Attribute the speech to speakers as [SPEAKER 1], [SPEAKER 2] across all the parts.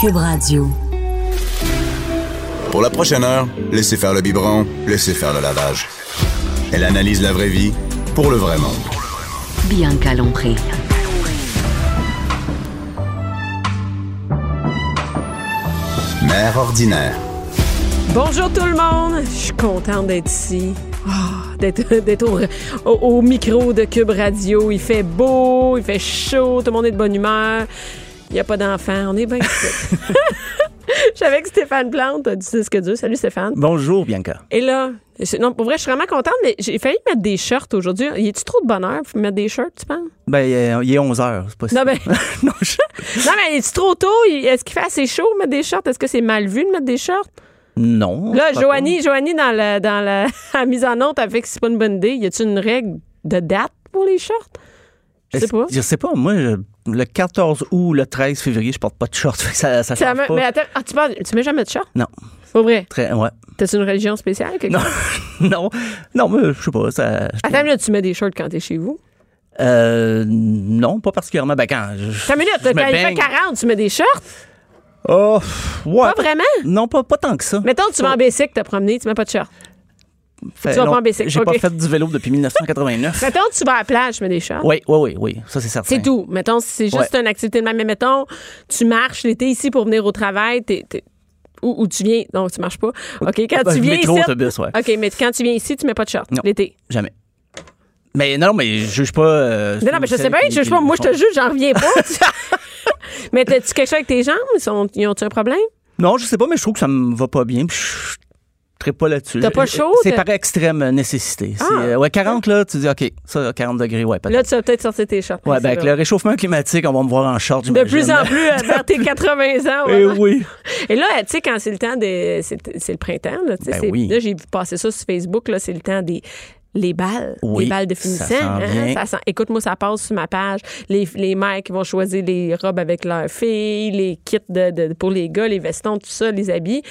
[SPEAKER 1] Cube Radio.
[SPEAKER 2] Pour la prochaine heure, laissez faire le biberon, laissez faire le lavage. Elle analyse la vraie vie pour le vrai monde.
[SPEAKER 1] Bianca Lompré.
[SPEAKER 2] Mère ordinaire.
[SPEAKER 3] Bonjour tout le monde, je suis contente d'être ici. Ah, d'être d'être au, au- au micro de Cube Radio. Il fait beau, il fait chaud, tout le monde est de bonne humeur. Il n'y a pas d'enfant, on est bien ici. Je suis avec Stéphane Plante du Disque Dur. Salut Stéphane.
[SPEAKER 4] Bonjour, Bianca.
[SPEAKER 3] Et là, c'est- non, pour vrai, je suis vraiment contente, mais j'ai failli mettre des shirts aujourd'hui. Y est-tu trop de bonheur pour mettre des shirts, tu penses?
[SPEAKER 4] Ben, euh, il est 11 heures, c'est possible.
[SPEAKER 3] Non, ben-
[SPEAKER 4] non, je-
[SPEAKER 3] Non, mais est-tu trop tôt? Y- Est-ce qu'il fait assez chaud de mettre des shirts? Est-ce que c'est mal vu de mettre des shirts?
[SPEAKER 4] non.
[SPEAKER 3] Là,
[SPEAKER 4] pas
[SPEAKER 3] Joanie, Joanie dans, la, dans la, la mise en honte, elle fait que c'est pas une bonne idée. Y a-tu une règle de date pour les shorts? Je
[SPEAKER 4] trop.
[SPEAKER 3] sais pas.
[SPEAKER 4] Je sais pas. Moi, je- le 14 août, le 13 février, je porte pas de short. fait que Ça, ça,
[SPEAKER 3] Ça
[SPEAKER 4] change
[SPEAKER 3] me-
[SPEAKER 4] pas.
[SPEAKER 3] mais attends, ah, tu, parles- tu mets jamais de short?
[SPEAKER 4] Non.
[SPEAKER 3] Pas vrai.
[SPEAKER 4] Très, ouais.
[SPEAKER 3] T'as-tu une religion spéciale? quelque
[SPEAKER 4] Non,
[SPEAKER 3] chose?
[SPEAKER 4] non, non, mais je sais pas. Ça,
[SPEAKER 3] Attends, là, tu mets des shorts quand t'es chez vous.
[SPEAKER 4] euh, non, pas particulièrement. Ben, quand. je-
[SPEAKER 3] T'as minute,
[SPEAKER 4] je
[SPEAKER 3] quand
[SPEAKER 4] me
[SPEAKER 3] il fait
[SPEAKER 4] baigne.
[SPEAKER 3] 40, tu mets des shorts?
[SPEAKER 4] Oh, pff, ouais.
[SPEAKER 3] Pas vraiment?
[SPEAKER 4] Non, pas, pas tant que ça.
[SPEAKER 3] Mettons, que tu vas en bicycle, t'as promené, tu mets pas de shorts.
[SPEAKER 4] Fait
[SPEAKER 3] tu vas pas
[SPEAKER 4] long-
[SPEAKER 3] en bicycle,
[SPEAKER 4] Ben J'ai
[SPEAKER 3] ok.
[SPEAKER 4] pas fait du vélo depuis 1989.
[SPEAKER 3] Mettons, que tu vas à la plage, tu mets des shorts.
[SPEAKER 4] Oui, oui, oui, oui. Ça, c'est certain.
[SPEAKER 3] C'est tout. Mettons, si c'est juste
[SPEAKER 4] Ouais.
[SPEAKER 3] une activité de même. Mais mettons, tu marches l'été ici pour venir au travail, t'es- t'es- ou, ou tu viens. Non, tu marches pas. OK, quand
[SPEAKER 4] Ben,
[SPEAKER 3] tu viens
[SPEAKER 4] métro,
[SPEAKER 3] ici.
[SPEAKER 4] autobus, ouais.
[SPEAKER 3] OK, mais quand tu viens ici, tu mets pas de short
[SPEAKER 4] Non.
[SPEAKER 3] l'été.
[SPEAKER 4] Jamais. Mais non, mais je juge pas. euh,
[SPEAKER 3] Non, non, mais je sais
[SPEAKER 4] celles
[SPEAKER 3] pas,
[SPEAKER 4] qui-
[SPEAKER 3] je sais
[SPEAKER 4] qui
[SPEAKER 3] pas.
[SPEAKER 4] le
[SPEAKER 3] Moi, je te
[SPEAKER 4] font.
[SPEAKER 3] jure, j'en reviens pas. mais t'as-tu quelque chose avec tes jambes? Ils, sont- ils ont-tu un problème?
[SPEAKER 4] Non, je sais pas, mais je trouve que ça me va pas bien. Puis je serais pas là-dessus.
[SPEAKER 3] T'as pas
[SPEAKER 4] Je-
[SPEAKER 3] chaud,
[SPEAKER 4] C'est
[SPEAKER 3] t'as-
[SPEAKER 4] par extrême nécessité. C'est,
[SPEAKER 3] Ah.
[SPEAKER 4] euh, ouais, 40, là, tu dis, OK, ça, 40 degrés, ouais, peut-être.
[SPEAKER 3] Là, tu as peut-être sorti tes shorts.
[SPEAKER 4] Ouais, ben, avec
[SPEAKER 3] C'est
[SPEAKER 4] le réchauffement climatique, on va me voir en short,
[SPEAKER 3] vrai. De plus en plus, euh, vers tes 80 ans.
[SPEAKER 4] Eh
[SPEAKER 3] ouais.
[SPEAKER 4] oui.
[SPEAKER 3] Et là, tu sais, quand c'est le temps des. C'est c'est le printemps, là. tu sais,
[SPEAKER 4] Ben
[SPEAKER 3] c'est-
[SPEAKER 4] oui.
[SPEAKER 3] Là, j'ai vu passer ça sur Facebook, là. C'est le temps des. Les balles,
[SPEAKER 4] Oui,
[SPEAKER 3] les balles de
[SPEAKER 4] ça
[SPEAKER 3] finissant. hein,
[SPEAKER 4] s'en vient.
[SPEAKER 3] ça sent- Écoute-moi, ça passe sur ma page. Les, les mères qui vont choisir les robes avec leurs filles, les kits de, de- pour les gars, les vestons, tout ça, les habits.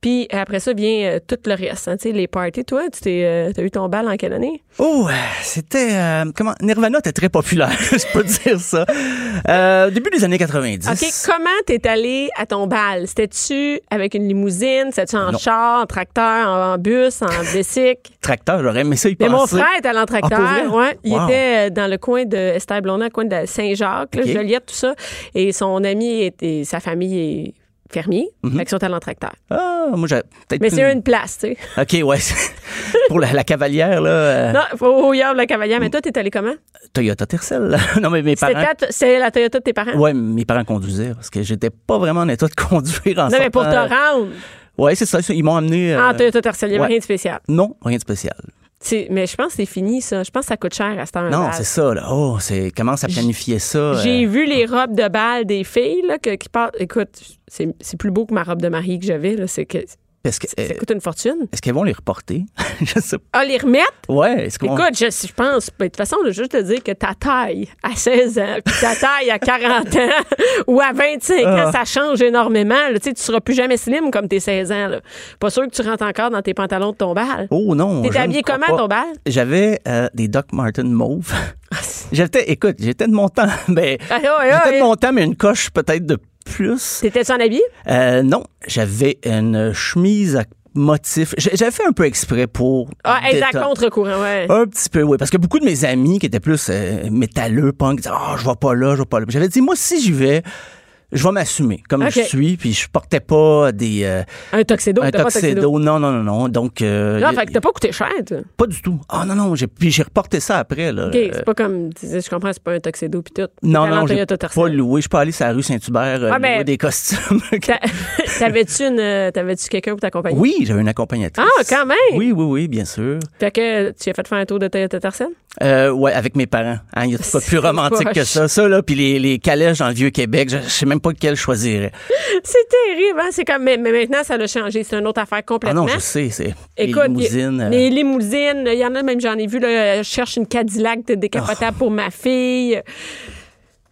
[SPEAKER 3] Puis après ça vient euh, tout le reste. hein, tu sais, les parties, toi, tu t'es, euh, t'as eu ton bal en quelle année?
[SPEAKER 4] Oh, euh, c'était. euh, comment? Nirvana était très populaire, je peux dire ça. Euh, début des années 90.
[SPEAKER 3] OK, comment t'es allé à ton bal? C'était-tu avec une limousine? C'était-tu en
[SPEAKER 4] Non.
[SPEAKER 3] char, en tracteur, en, en bus, en bicycle?
[SPEAKER 4] Tracteur, j'aurais aimé ça y
[SPEAKER 3] Mais
[SPEAKER 4] penser.
[SPEAKER 3] mon frère est allé en tracteur.
[SPEAKER 4] Ah, pour vrai?
[SPEAKER 3] ouais. Il
[SPEAKER 4] Wow.
[SPEAKER 3] était euh, dans le coin de Esther Blondin, le coin de Saint-Jacques, là,
[SPEAKER 4] Ok.
[SPEAKER 3] Joliette, tout ça. Et son ami était, sa famille est fermier.
[SPEAKER 4] Mhm.
[SPEAKER 3] Fait qu'ils sont allés en tracteur.
[SPEAKER 4] Ah, moi, j'aurais peut-être.
[SPEAKER 3] Mais
[SPEAKER 4] pu-
[SPEAKER 3] c'est une place, tu sais.
[SPEAKER 4] OK, ouais. Pour la, la cavalière, là. euh,
[SPEAKER 3] Non, au Yard, la cavalière. Mais toi, t'es allé comment?
[SPEAKER 4] Toyota Tercel. non, mais mes
[SPEAKER 3] C'était
[SPEAKER 4] parents.
[SPEAKER 3] ta- C'était la Toyota de tes parents?
[SPEAKER 4] Ouais, mes parents conduisaient parce que j'étais pas vraiment en état de conduire en
[SPEAKER 3] Non, mais pour Ah, te
[SPEAKER 4] sortant.
[SPEAKER 3] rendre
[SPEAKER 4] Ouais, c'est ça. Ils m'ont amené. euh,
[SPEAKER 3] en Toyota Tercel, il n'y avait
[SPEAKER 4] ouais.
[SPEAKER 3] rien de spécial.
[SPEAKER 4] Non, rien de spécial.
[SPEAKER 3] C'est- Mais je pense que c'est fini, ça. Je pense que ça coûte cher à cette heure.
[SPEAKER 4] Non, c'est ça. Là. Oh, c'est commence à planifier ça. euh,
[SPEAKER 3] Ah, bah, J'ai vu les robes de bal des filles là, que- qui partent. Écoute, c'est c'est plus beau que ma robe de mariée que j'avais. là. C'est que
[SPEAKER 4] parce que,
[SPEAKER 3] ça
[SPEAKER 4] euh,
[SPEAKER 3] coûte une fortune.
[SPEAKER 4] est-ce qu'ils vont les reporter Je sais pas.
[SPEAKER 3] Ah, les remettre?
[SPEAKER 4] Ouais, est-ce qu'on
[SPEAKER 3] Écoute, je, je pense, ben, de toute façon, je veux juste te dire que ta taille à 16 ans, puis ta taille à 40 ans ou à 25 ans,
[SPEAKER 4] Ah.
[SPEAKER 3] ça change énormément. là. Tu sais, tu seras plus jamais slim comme tes 16 ans. là. Pas sûr que tu rentres encore dans tes pantalons de ton bal.
[SPEAKER 4] Oh non.
[SPEAKER 3] T'es
[SPEAKER 4] je ne
[SPEAKER 3] habillé
[SPEAKER 4] crois
[SPEAKER 3] comment,
[SPEAKER 4] pas.
[SPEAKER 3] ton bal?
[SPEAKER 4] J'avais euh, des Doc Martin mauve. j'étais, écoute, j'étais de mon temps, mais
[SPEAKER 3] Ah, ouais, ouais,
[SPEAKER 4] j'étais
[SPEAKER 3] ouais.
[SPEAKER 4] de mon temps, mais une coche peut-être de plus.
[SPEAKER 3] T'étais-tu en habillé?
[SPEAKER 4] Euh, non, j'avais une chemise à motif. J'ai- J'avais fait un peu exprès pour.
[SPEAKER 3] Ah, être à hein?
[SPEAKER 4] détendre.
[SPEAKER 3] contre-courant, ouais.
[SPEAKER 4] Un petit peu, oui. Parce que beaucoup de mes amis qui étaient plus euh, métalleux, punk, disaient Ah, je vais pas là, je vais pas là. Puis J'avais dit Moi, si j'y vais, je vais m'assumer comme
[SPEAKER 3] Ok.
[SPEAKER 4] je suis, puis je portais pas des. euh,
[SPEAKER 3] Un tuxedo,
[SPEAKER 4] un
[SPEAKER 3] t'as pas tuxedo.
[SPEAKER 4] tuxedo. Non, non, non, non. Donc. euh,
[SPEAKER 3] Non,
[SPEAKER 4] y-
[SPEAKER 3] fait que t'as pas coûté cher, toi.
[SPEAKER 4] pas du tout. Ah, non, non. j'ai- Puis j'ai reporté ça après, là.
[SPEAKER 3] OK,
[SPEAKER 4] Euh,
[SPEAKER 3] c'est pas comme, tu sais, je comprends, c'est pas un tuxedo puis tout.
[SPEAKER 4] non,
[SPEAKER 3] T'as
[SPEAKER 4] non, j'ai
[SPEAKER 3] l'Antoyota Tercel.
[SPEAKER 4] pas loué. Je peux aller sur la rue Saint-Hubert, euh,
[SPEAKER 3] Ah, mais-
[SPEAKER 4] louer des costumes.
[SPEAKER 3] T'a- T'avais-tu une, euh, t'avais-tu quelqu'un pour t'accompagner?
[SPEAKER 4] oui, j'avais une accompagnatrice.
[SPEAKER 3] Ah, quand même!
[SPEAKER 4] Oui, oui, oui, bien sûr.
[SPEAKER 3] Fait que tu as fait faire un tour de Toyota Tercel?
[SPEAKER 4] Euh, ouais, avec mes parents. Hein, il y a pas
[SPEAKER 3] C'est
[SPEAKER 4] plus romantique
[SPEAKER 3] poche.
[SPEAKER 4] que ça. Ça, là, puis les, les calèches dans le Vieux-Québec, je, je sais même même pas lequel je choisirais.
[SPEAKER 3] C'est terrible, hein? C'est comme, mais, mais maintenant, ça l'a changé. C'est une autre affaire
[SPEAKER 4] Ah
[SPEAKER 3] complètement.
[SPEAKER 4] non, je sais, c'est
[SPEAKER 3] Écoute,
[SPEAKER 4] les limousines.
[SPEAKER 3] y-
[SPEAKER 4] euh,
[SPEAKER 3] les limousines, il y en a même, j'en ai vu, là, je cherche une Cadillac de décapotable
[SPEAKER 4] Ah.
[SPEAKER 3] pour ma fille.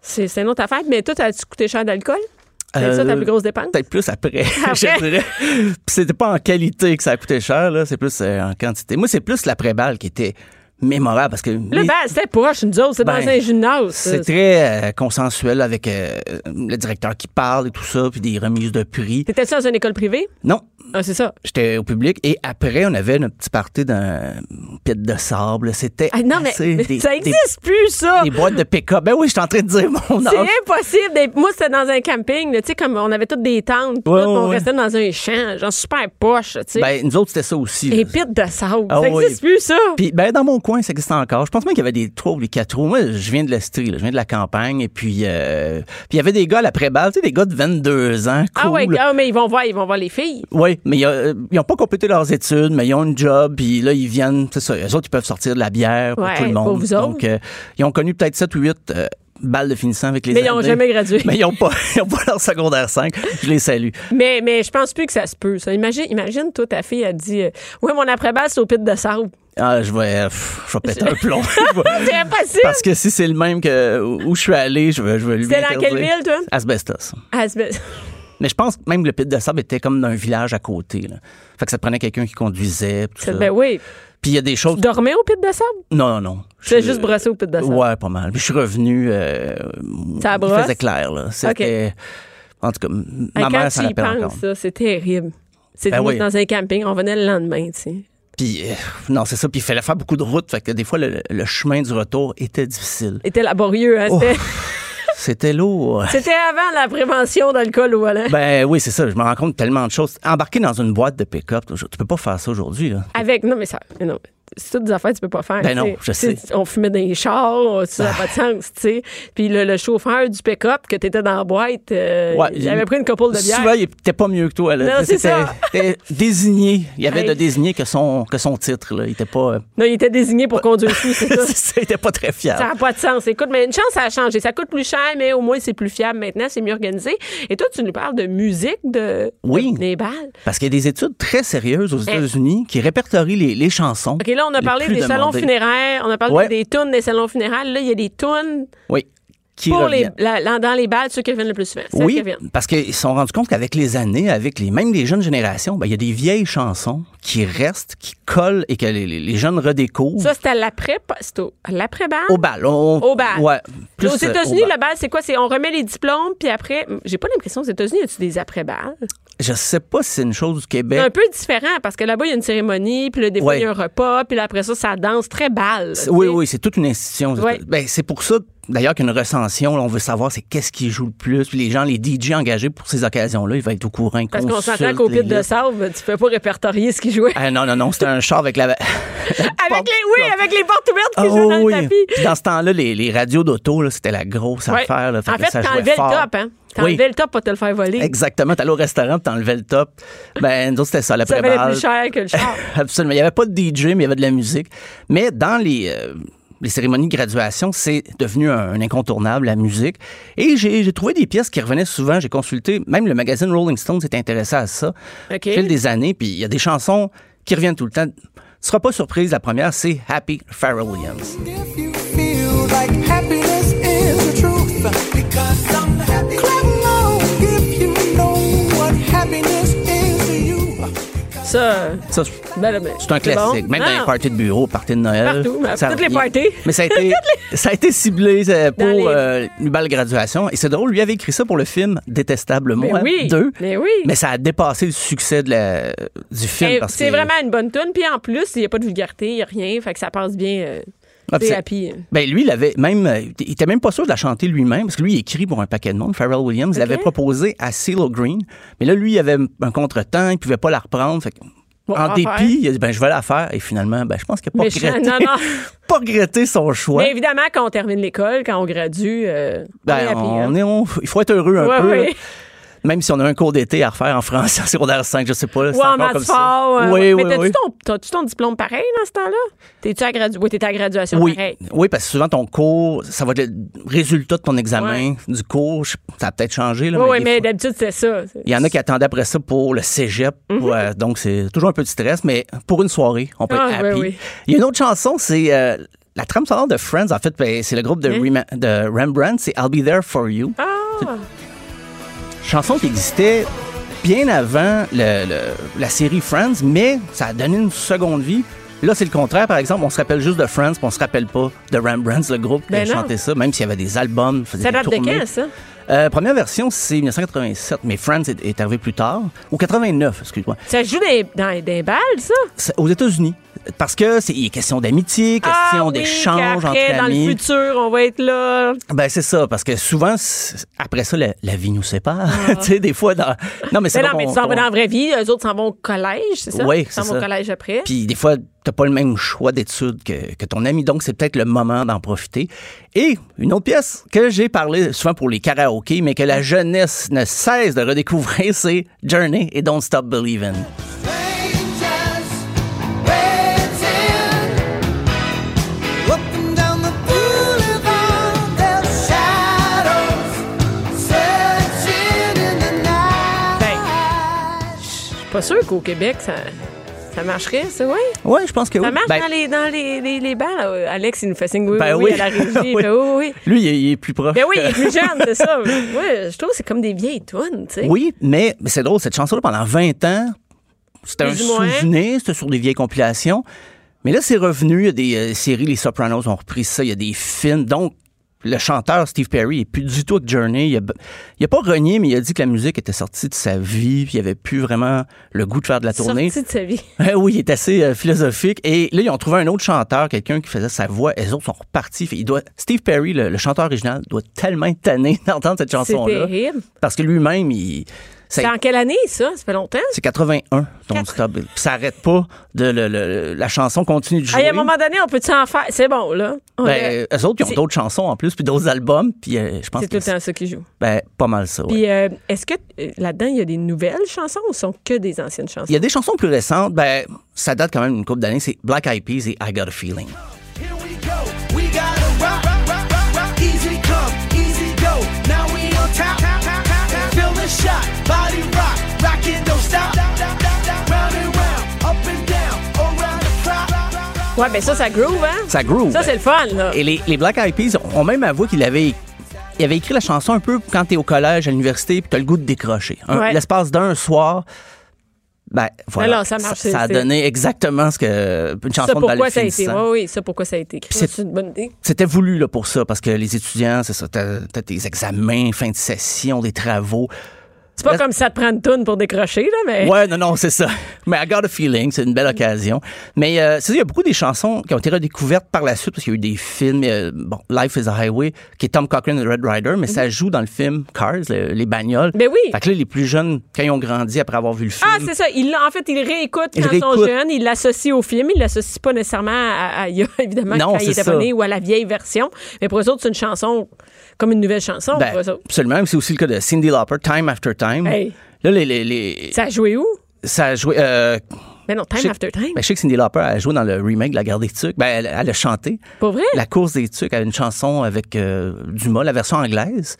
[SPEAKER 3] C'est c'est une autre affaire. Mais toi, as-tu coûté cher d'alcool? C'est ça ta
[SPEAKER 4] Euh,
[SPEAKER 3] plus grosse dépense?
[SPEAKER 4] Peut-être plus après,
[SPEAKER 3] Après.
[SPEAKER 4] je dirais. Puis c'était pas en qualité que ça coûtait cher, là. C'est plus euh, en quantité. Moi, c'est plus l'après-balle qui était mémorable parce que.
[SPEAKER 3] Le bal, ben, c'était proche, nous autres, c'est dans
[SPEAKER 4] Ben,
[SPEAKER 3] un gymnase.
[SPEAKER 4] C'est
[SPEAKER 3] ça.
[SPEAKER 4] très euh, consensuel avec euh, le directeur qui parle et tout ça, puis des remises de prix.
[SPEAKER 3] T'étais-tu dans une école privée?
[SPEAKER 4] Non,
[SPEAKER 3] Ah, c'est ça.
[SPEAKER 4] j'étais au public et après, on avait notre petit party d'un pit de sable. C'était.
[SPEAKER 3] Ah, non, mais,
[SPEAKER 4] assez-
[SPEAKER 3] mais
[SPEAKER 4] des-
[SPEAKER 3] ça
[SPEAKER 4] des-
[SPEAKER 3] n'existe plus, ça!
[SPEAKER 4] Des boîtes de pick-up. Ben oui, je suis en train de dire mon
[SPEAKER 3] C'est
[SPEAKER 4] âge.
[SPEAKER 3] impossible. d'être- Moi, c'était dans un camping, là, tu sais, comme on avait toutes des tentes, pis
[SPEAKER 4] Ouais,
[SPEAKER 3] tout, pis on
[SPEAKER 4] ouais,
[SPEAKER 3] restait dans un champ, genre super poche, tu sais.
[SPEAKER 4] Ben, nous autres, c'était ça aussi. là.
[SPEAKER 3] Et pite de sable.
[SPEAKER 4] Ah
[SPEAKER 3] ça
[SPEAKER 4] oui.
[SPEAKER 3] n'existe plus, ça.
[SPEAKER 4] Puis, ben, dans mon coin, ça existe encore. Je pense même qu'il y avait des trois ou des quatre roues. Moi, je viens de l'Estrie, là. je viens de la campagne. Et puis, euh, puis il y avait des gars à l'après-balle, tu sais, des gars de 22 ans. Cool.
[SPEAKER 3] Ah ouais, ah, mais ils vont voir, ils vont voir les filles.
[SPEAKER 4] Oui, mais il y a, euh, ils n'ont pas complété leurs études, mais ils ont une job, puis là, ils viennent, c'est ça, eux autres, ils peuvent sortir de la bière pour
[SPEAKER 3] Ouais,
[SPEAKER 4] tout le
[SPEAKER 3] pour
[SPEAKER 4] monde.
[SPEAKER 3] vous
[SPEAKER 4] Donc,
[SPEAKER 3] autres.
[SPEAKER 4] euh, ils ont connu peut-être 7 ou 8 balles de finissant avec les
[SPEAKER 3] Mais ils ont
[SPEAKER 4] années.
[SPEAKER 3] jamais gradué.
[SPEAKER 4] Mais ils n'ont pas, ils ont pas leur secondaire 5. Je les salue.
[SPEAKER 3] Mais, mais je pense plus que ça se peut, ça. Imagine, imagine toi, ta fille, elle dit euh, Ouais, mon après-balle, c'est au pit de sable.
[SPEAKER 4] Ah, je vais, pff, je vais péter un plomb. Je vais-
[SPEAKER 3] C'est impossible.
[SPEAKER 4] Parce que si c'est le même que où je suis allé, je vais, je vais lui
[SPEAKER 3] C'était dans
[SPEAKER 4] interdire.
[SPEAKER 3] quelle ville, toi?
[SPEAKER 4] Asbestos.
[SPEAKER 3] Ah, c'est-
[SPEAKER 4] Mais je pense que même le pit de sable était comme d'un village à côté. Là. Fait que ça prenait quelqu'un qui conduisait. Tout ça.
[SPEAKER 3] Ben oui.
[SPEAKER 4] Puis il y a des choses.
[SPEAKER 3] Tu dormais au pit de sable?
[SPEAKER 4] Non, non, non.
[SPEAKER 3] Tu t'es
[SPEAKER 4] Je-
[SPEAKER 3] juste brossé au pit de sable.
[SPEAKER 4] Ouais, pas mal. Puis je suis revenu. Euh,
[SPEAKER 3] Ça
[SPEAKER 4] il
[SPEAKER 3] brosse?
[SPEAKER 4] faisait clair, là. C'était. En tout cas, m-
[SPEAKER 3] Hey,
[SPEAKER 4] ma
[SPEAKER 3] quand
[SPEAKER 4] mère,
[SPEAKER 3] tu
[SPEAKER 4] ça
[SPEAKER 3] y
[SPEAKER 4] rappelle
[SPEAKER 3] penses,
[SPEAKER 4] encore.
[SPEAKER 3] ça, c'est terrible. C'est
[SPEAKER 4] Ben
[SPEAKER 3] moi,
[SPEAKER 4] oui.
[SPEAKER 3] dans un camping, on venait le lendemain, tu sais.
[SPEAKER 4] Puis, euh, non, c'est ça. Puis il fallait faire beaucoup de routes. Fait que des fois, le, le chemin du retour était difficile.
[SPEAKER 3] C'était laborieux, hein?
[SPEAKER 4] Oh,
[SPEAKER 3] C'était-
[SPEAKER 4] C'était lourd.
[SPEAKER 3] C'était avant la prévention d'alcool au volant.
[SPEAKER 4] Ben oui, c'est ça. Je me rends compte tellement de choses. Embarquer dans une boîte de pick-up, tu peux pas faire ça aujourd'hui. là.
[SPEAKER 3] Avec. Non, mais ça. mais non. C'est toutes des affaires que tu peux pas faire.
[SPEAKER 4] Ben non,
[SPEAKER 3] tu
[SPEAKER 4] je sais. Ah.
[SPEAKER 3] Tu On fumait dans les chars, on- ça n'a pas de sens, tu sais. Puis le, le chauffeur du pick-up que t'étais dans la boîte, euh,
[SPEAKER 4] Ouais,
[SPEAKER 3] il avait pris une couple de bière.
[SPEAKER 4] Souvent, il était pas mieux que toi. Là.
[SPEAKER 3] Non, c'est
[SPEAKER 4] C'était-
[SPEAKER 3] ça.
[SPEAKER 4] était désigné. Il y avait
[SPEAKER 3] Hey.
[SPEAKER 4] de désigné que son, que son titre. Là. Il était pas, euh,
[SPEAKER 3] Non, il était désigné pour conduire fou, c'est ça.
[SPEAKER 4] il était pas très fiable.
[SPEAKER 3] Ça n'a pas de sens. Écoute, mais une chance, ça a changé. Ça coûte plus cher, mais au moins, c'est plus fiable maintenant, c'est mieux organisé. Et toi, tu nous parles de musique, de.
[SPEAKER 4] Oui.
[SPEAKER 3] de- Des balles.
[SPEAKER 4] Parce qu'il y a des études très sérieuses aux États-Unis qui répertorient les, les chansons.
[SPEAKER 3] Eh. OK, là, on a
[SPEAKER 4] les
[SPEAKER 3] parlé
[SPEAKER 4] plus
[SPEAKER 3] des salons
[SPEAKER 4] demandées.
[SPEAKER 3] funéraires, on a parlé
[SPEAKER 4] Ouais.
[SPEAKER 3] des tunes des salons funéraires. Là, il y a des tunes
[SPEAKER 4] Oui. Qui
[SPEAKER 3] pour les,
[SPEAKER 4] reviennent.
[SPEAKER 3] la- la- dans les balles, ceux qui reviennent le plus souvent. celles qui
[SPEAKER 4] Oui,
[SPEAKER 3] reviennent.
[SPEAKER 4] parce qu'ils se sont rendus compte qu'avec les années, avec les même les jeunes générations, ben, il y a des vieilles chansons qui restent, qui collent et que les, les- les jeunes redécouvrent.
[SPEAKER 3] Ça, c'était à l'après, c'était au- à l'après-balle.
[SPEAKER 4] au bal. on-
[SPEAKER 3] Au bal.
[SPEAKER 4] Ouais, plus,
[SPEAKER 3] aux
[SPEAKER 4] euh, au
[SPEAKER 3] États-Unis,
[SPEAKER 4] bal.
[SPEAKER 3] la balle, c'est quoi? C'est on remet les diplômes, puis après, j'ai pas l'impression aux États-Unis, y a-tu des après-balles?
[SPEAKER 4] Je sais pas si c'est une chose du
[SPEAKER 3] C'est un
[SPEAKER 4] Québec.
[SPEAKER 3] peu différent, parce que là-bas, il y a une cérémonie, puis là, des fois, il y a un repas, puis là, après ça, ça danse très balle. tu sais.
[SPEAKER 4] Oui, oui, c'est toute une institution. aux
[SPEAKER 3] Ouais.
[SPEAKER 4] États- Ben, c'est pour ça, d'ailleurs, qu'une recension, là, on veut savoir c'est qu'est-ce qui joue le plus. Puis les gens, les DJ engagés pour ces occasions-là, ils vont être au courant. ils
[SPEAKER 3] Parce qu'on s'entend
[SPEAKER 4] consultent
[SPEAKER 3] qu'au
[SPEAKER 4] les
[SPEAKER 3] pit de
[SPEAKER 4] listes.
[SPEAKER 3] sable, tu peux pas répertorier ce qu'ils jouaient.
[SPEAKER 4] Ah, non, non, non, c'était un char avec la. avec
[SPEAKER 3] Avec les, oui, avec les portes ouvertes qui
[SPEAKER 4] Ah,
[SPEAKER 3] jouent dans
[SPEAKER 4] oui.
[SPEAKER 3] le tapis.
[SPEAKER 4] Puis dans ce temps-là, les, les radios d'auto, là, c'était la grosse
[SPEAKER 3] Ouais.
[SPEAKER 4] affaire. Là,
[SPEAKER 3] en
[SPEAKER 4] que
[SPEAKER 3] fait,
[SPEAKER 4] ça jouait
[SPEAKER 3] t'enlevais le
[SPEAKER 4] fort.
[SPEAKER 3] top, hein? T'enlevais
[SPEAKER 4] Oui,
[SPEAKER 3] le top pour te le faire voler.
[SPEAKER 4] exactement. T'allais au restaurant, puis t'enlevais le top. Ben, nous autres, c'était
[SPEAKER 3] Ça
[SPEAKER 4] ça,
[SPEAKER 3] valait
[SPEAKER 4] l'après-balle.
[SPEAKER 3] plus cher que le char.
[SPEAKER 4] Absolument. Il n'y avait pas de DJ, mais il y avait de la musique. Mais dans les, euh, les cérémonies de graduation, c'est devenu un, un incontournable, la musique. Et j'ai j'ai trouvé des pièces qui revenaient souvent. J'ai consulté, même le magazine Rolling Stone s'est intéressé à ça
[SPEAKER 3] OK.
[SPEAKER 4] au fil des années. Puis il y a des chansons qui reviennent tout le temps. Tu seras pas surprise, la première, c'est Happy Pharrell Williams.
[SPEAKER 5] If you feel like happiness is the truth, because I'm happy. Clap along if you know what happiness is to you.
[SPEAKER 3] Ça,
[SPEAKER 4] Ça,
[SPEAKER 3] ben là, ben,
[SPEAKER 4] c'est un
[SPEAKER 3] bon.
[SPEAKER 4] classique. Même dans
[SPEAKER 3] Non.
[SPEAKER 4] les parties de bureau, parties de Noël.
[SPEAKER 3] Partout, mais
[SPEAKER 4] ça
[SPEAKER 3] toutes les
[SPEAKER 4] revient.
[SPEAKER 3] parties.
[SPEAKER 4] Mais ça a été, ça a été ciblé euh, pour
[SPEAKER 3] Dans les-
[SPEAKER 4] euh, une belle graduation. Et c'est drôle, lui avait écrit ça pour le film Détestable
[SPEAKER 3] Mais
[SPEAKER 4] Moi
[SPEAKER 3] Ben oui,
[SPEAKER 4] 2.
[SPEAKER 3] mais oui.
[SPEAKER 4] Mais ça a dépassé le succès de la- du film.
[SPEAKER 3] Eh,
[SPEAKER 4] parce
[SPEAKER 3] C'est
[SPEAKER 4] que-
[SPEAKER 3] vraiment une bonne tune. Puis en plus, il n'y a pas de vulgarité, il n'y a rien. Fait que ça passe bien. euh,
[SPEAKER 4] Ah, puis
[SPEAKER 3] c'est
[SPEAKER 4] c'est-
[SPEAKER 3] happy. hein.
[SPEAKER 4] Ben lui, il avait même, euh, il était même pas sûr de la chanter lui-même parce que lui, il écrit pour un paquet de monde. Pharrell Williams il l'avait proposé à CeeLo Green, mais là, lui, il avait un contretemps, il pouvait pas la reprendre. Fait que,
[SPEAKER 3] on
[SPEAKER 4] en
[SPEAKER 3] va
[SPEAKER 4] dépit,
[SPEAKER 3] faire.
[SPEAKER 4] il a dit ben je vais la faire et finalement, ben je pense qu'il a pas
[SPEAKER 3] Méchant.
[SPEAKER 4] regretté,
[SPEAKER 3] Non, non.
[SPEAKER 4] pas regretté son choix.
[SPEAKER 3] Mais évidemment, quand on termine l'école, quand on gradue, euh, on est
[SPEAKER 4] Ben,
[SPEAKER 3] happy.
[SPEAKER 4] on
[SPEAKER 3] hein.
[SPEAKER 4] est, on- il faut être heureux un
[SPEAKER 3] Ouais,
[SPEAKER 4] peu.
[SPEAKER 3] ouais.
[SPEAKER 4] là. Même si on a un cours d'été à refaire en français en secondaire 5, je sais pas. là, c'est
[SPEAKER 3] Ouais, en
[SPEAKER 4] encore comme
[SPEAKER 3] maths
[SPEAKER 4] ça.
[SPEAKER 3] fort. euh,
[SPEAKER 4] oui,
[SPEAKER 3] mais
[SPEAKER 4] oui,
[SPEAKER 3] t'as-tu
[SPEAKER 4] oui.
[SPEAKER 3] ton, t'as-tu ton diplôme pareil dans ce temps-là? T'es-tu à, gradu... oui, t'étais à graduation
[SPEAKER 4] Oui,
[SPEAKER 3] pareil?
[SPEAKER 4] oui, parce que souvent ton cours, ça va être le résultat de ton examen du cours. Je- Ça a peut-être changé. Là,
[SPEAKER 3] Oui, oui,
[SPEAKER 4] des
[SPEAKER 3] mais
[SPEAKER 4] fois-
[SPEAKER 3] d'habitude, c'est ça.
[SPEAKER 4] il y en a qui attendaient après ça pour le cégep.
[SPEAKER 3] Mhm.
[SPEAKER 4] Ouais, donc, c'est toujours un peu de stress, mais pour une soirée, on peut
[SPEAKER 3] Ah,
[SPEAKER 4] être
[SPEAKER 3] oui,
[SPEAKER 4] happy.
[SPEAKER 3] oui.
[SPEAKER 4] Il y a une autre chanson, c'est euh, la trame sonore de Friends. En fait, ben, c'est le groupe de,
[SPEAKER 3] Mhm.
[SPEAKER 4] Rema- de Rembrandt, c'est I'll Be There For You.
[SPEAKER 3] Ah,
[SPEAKER 4] Chanson qui existait bien avant le- le- la série Friends, mais ça a donné une seconde vie. Là, c'est le contraire, par exemple. On se rappelle juste de Friends, puis on se rappelle pas de Rembrandt, le groupe qui
[SPEAKER 3] Ben
[SPEAKER 4] a
[SPEAKER 3] non.
[SPEAKER 4] chanté ça, même s'il y avait des albums. faisait
[SPEAKER 3] ça
[SPEAKER 4] des
[SPEAKER 3] date de
[SPEAKER 4] tournées.
[SPEAKER 3] quand, ça?
[SPEAKER 4] Euh, première version, c'est 1987, mais Friends est, est arrivé plus tard. Ou 89, excuse-moi.
[SPEAKER 3] Ça se joue dans, dans, dans les balles, ça?
[SPEAKER 4] C'est Aux États-Unis. Parce que c'est il est question d'amitié, question
[SPEAKER 3] Ah, oui,
[SPEAKER 4] d'échange
[SPEAKER 3] qu'après,
[SPEAKER 4] entre
[SPEAKER 3] dans
[SPEAKER 4] amis.
[SPEAKER 3] le futur, on va être là.
[SPEAKER 4] Ben c'est ça, parce que souvent c'est- après ça la, la vie nous sépare. tu sais des fois dans non mais c'est
[SPEAKER 3] Mais
[SPEAKER 4] là
[SPEAKER 3] Ah. Ben non, mais
[SPEAKER 4] qu'on-
[SPEAKER 3] tu s'en vas
[SPEAKER 4] qu'on-
[SPEAKER 3] dans la vraie vie, eux autres s'en vont au collège, c'est ça?
[SPEAKER 4] Oui,
[SPEAKER 3] Ils s'en
[SPEAKER 4] c'est
[SPEAKER 3] vont au
[SPEAKER 4] ça.
[SPEAKER 3] collège après.
[SPEAKER 4] Puis des fois, t'as pas le même choix d'études que, que ton ami, donc c'est peut-être le moment d'en profiter. Et une autre pièce que j'ai parlé souvent pour les karaokés, mais que la jeunesse ne cesse de redécouvrir, c'est Journey et Don't Stop Believin'.
[SPEAKER 3] Je suis pas sûre qu'au Québec, ça, ça marcherait, ça, oui.
[SPEAKER 4] Ouais, je pense que
[SPEAKER 3] Ça
[SPEAKER 4] oui.
[SPEAKER 3] marche
[SPEAKER 4] Ben,
[SPEAKER 3] dans les, dans les, les, les balles. Euh, Alex, il nous fait signe oui,
[SPEAKER 4] Ben
[SPEAKER 3] oui, oui,
[SPEAKER 4] oui.
[SPEAKER 3] à la régie.
[SPEAKER 4] Oui.
[SPEAKER 3] Il fait, oui, oui.
[SPEAKER 4] Lui, il est, il est plus proche.
[SPEAKER 3] Ben oui, il
[SPEAKER 4] que-
[SPEAKER 3] est plus jeune, c'est ça. Ouais, je trouve que c'est comme des vieilles tunes, tu sais.
[SPEAKER 4] Oui, mais, mais c'est drôle, cette chanson-là, pendant 20 ans, c'était un
[SPEAKER 3] Plus ou moins.
[SPEAKER 4] souvenir, c'était sur des vieilles compilations. Mais là, c'est revenu, il y a des euh, séries, les Sopranos ont repris ça, il y a des films. Donc, le chanteur Steve Perry est plus du tout avec Journey. Il a, il a pas renié, mais il a dit que la musique était sortie de sa vie, puis il avait plus vraiment le goût de faire de la tournée.
[SPEAKER 3] Sorti de sa vie.
[SPEAKER 4] Eh oui, il est assez euh, philosophique. Et là, ils ont trouvé un autre chanteur, quelqu'un qui faisait sa voix. Les autres sont repartis. Fait, Il doit, Steve Perry, le, le chanteur original, doit tellement être tanné d'entendre cette
[SPEAKER 3] C'est
[SPEAKER 4] chanson-là.
[SPEAKER 3] terrible.
[SPEAKER 4] Parce que lui-même, il. ça-
[SPEAKER 3] C'est en quelle année, ça? Ça fait longtemps?
[SPEAKER 4] c'est 81, Don't Stop. Puis ça arrête pas. De le- le- la chanson continue de jouer.
[SPEAKER 3] Hey, à un moment donné, on peut-tu en faire? C'est bon, là. On a-
[SPEAKER 4] ben, eux autres, ils
[SPEAKER 3] c'est-
[SPEAKER 4] ont d'autres chansons en plus, puis d'autres albums. Puis euh, je pense
[SPEAKER 3] c'est tout
[SPEAKER 4] que
[SPEAKER 3] le temps ça qui joue.
[SPEAKER 4] ben, pas mal ça. ouais.
[SPEAKER 3] Puis, euh, est-ce que euh, là-dedans, il y a des nouvelles chansons ou sont que des anciennes chansons?
[SPEAKER 4] Il y a des chansons plus récentes. Ben, ça date quand même d'une couple d'années. C'est Black Eyed Peas et I Got a Feeling.
[SPEAKER 3] Ouais, ben ça, ça groove, hein?
[SPEAKER 4] Ça groove.
[SPEAKER 3] Ça, c'est le fun, là.
[SPEAKER 4] Et les, les Black Eyed Peas ont même avoué qu'il avait, il avait écrit la chanson un peu quand t'es au collège, à l'université, puis t'as le goût de décrocher. Un-
[SPEAKER 3] Ouais.
[SPEAKER 4] L'espace d'un soir, ben voilà,
[SPEAKER 3] Alors, ça marche,
[SPEAKER 4] a
[SPEAKER 3] c'est-
[SPEAKER 4] donné exactement ce que une chanson
[SPEAKER 3] ça,
[SPEAKER 4] de ballet
[SPEAKER 3] pourquoi ça a été?
[SPEAKER 4] finissant.
[SPEAKER 3] Oui, oui, ça, pourquoi ça a été écrit?
[SPEAKER 4] c'est-
[SPEAKER 3] C'est une bonne idée.
[SPEAKER 4] C'était voulu là, pour ça, parce que les étudiants, c'est ça, t'as t'as tes examens, fin de session, des travaux.
[SPEAKER 3] C'est pas
[SPEAKER 4] Parce-
[SPEAKER 3] comme ça te prend une toune pour décrocher, là, mais.
[SPEAKER 4] Ouais, non, non, c'est ça. Mais I Got a Feeling, c'est une belle occasion. Mais euh, c'est ça, il y a beaucoup des chansons qui ont été redécouvertes par la suite parce qu'il y a eu des films. euh, bon, Life is a Highway, qui est Tom Cochrane et Red Rider, mais ça joue dans le film Cars, le- les bagnoles.
[SPEAKER 3] Ben oui.
[SPEAKER 4] Fait que là, les plus jeunes, quand ils ont grandi après avoir vu le film.
[SPEAKER 3] Ah, c'est ça. Il, en fait, il réécoute
[SPEAKER 4] Il
[SPEAKER 3] quand ils sont
[SPEAKER 4] réécoute.
[SPEAKER 3] jeunes, il l'associe au film, il l'associe pas nécessairement à, à- il y a, évidemment,
[SPEAKER 4] Non,
[SPEAKER 3] quand il
[SPEAKER 4] c'est
[SPEAKER 3] était
[SPEAKER 4] ça.
[SPEAKER 3] pas né ou à la vieille version. Mais pour eux autres, c'est une chanson comme une nouvelle chanson.
[SPEAKER 4] Ben,
[SPEAKER 3] pour eux autres.
[SPEAKER 4] absolument. C'est aussi le cas de Cindy Lauper, Time After Time.
[SPEAKER 3] Hey.
[SPEAKER 4] Là, les, les- les-
[SPEAKER 3] Ça a joué où?
[SPEAKER 4] ça a joué. euh,
[SPEAKER 3] Mais non, Time
[SPEAKER 4] Je-
[SPEAKER 3] After Time.
[SPEAKER 4] Ben, je sais que Cindy Lauper a joué dans le remake de La Guerre des Tucs. Ben, elle, elle a chanté.
[SPEAKER 3] Pour vrai?
[SPEAKER 4] La course des Tucs, elle a une chanson avec euh, Dumas, la version anglaise.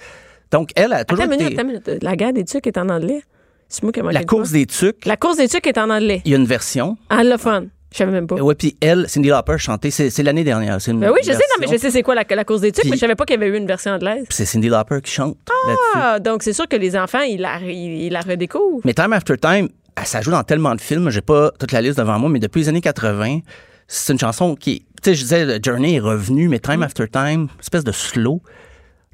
[SPEAKER 4] Donc, elle a
[SPEAKER 3] Attends
[SPEAKER 4] toujours
[SPEAKER 3] une minute,
[SPEAKER 4] été...
[SPEAKER 3] attends une minute. La guerre des tucs est en anglais. C'est moi qui ai manqué
[SPEAKER 4] la
[SPEAKER 3] de
[SPEAKER 4] course
[SPEAKER 3] quoi.
[SPEAKER 4] des Tucs,
[SPEAKER 3] La course des tucs est en anglais.
[SPEAKER 4] il y a une version.
[SPEAKER 3] Anglophone. Je savais même pas.
[SPEAKER 4] Ouais, puis elle, Cindy Lauper, a chanté, c'est c'est l'année dernière. c'est une
[SPEAKER 3] Oh. Ben oui, je sais, non, mais
[SPEAKER 4] version.
[SPEAKER 3] je sais c'est quoi la, la course des tucs,
[SPEAKER 4] Puis-
[SPEAKER 3] mais je savais pas qu'il y avait eu une version anglaise.
[SPEAKER 4] Puis C'est Cindy Lauper qui chante là-dessus.
[SPEAKER 3] Ah, donc c'est sûr que les enfants, ils la, ils, ils la redécouvrent.
[SPEAKER 4] Mais Time After Time, elle, ça joue dans tellement de films, j'ai pas toute la liste devant moi, mais depuis les années 80, c'est une chanson qui... Tu sais, je disais, le Journey est revenu, mais Time After Time, espèce de slow.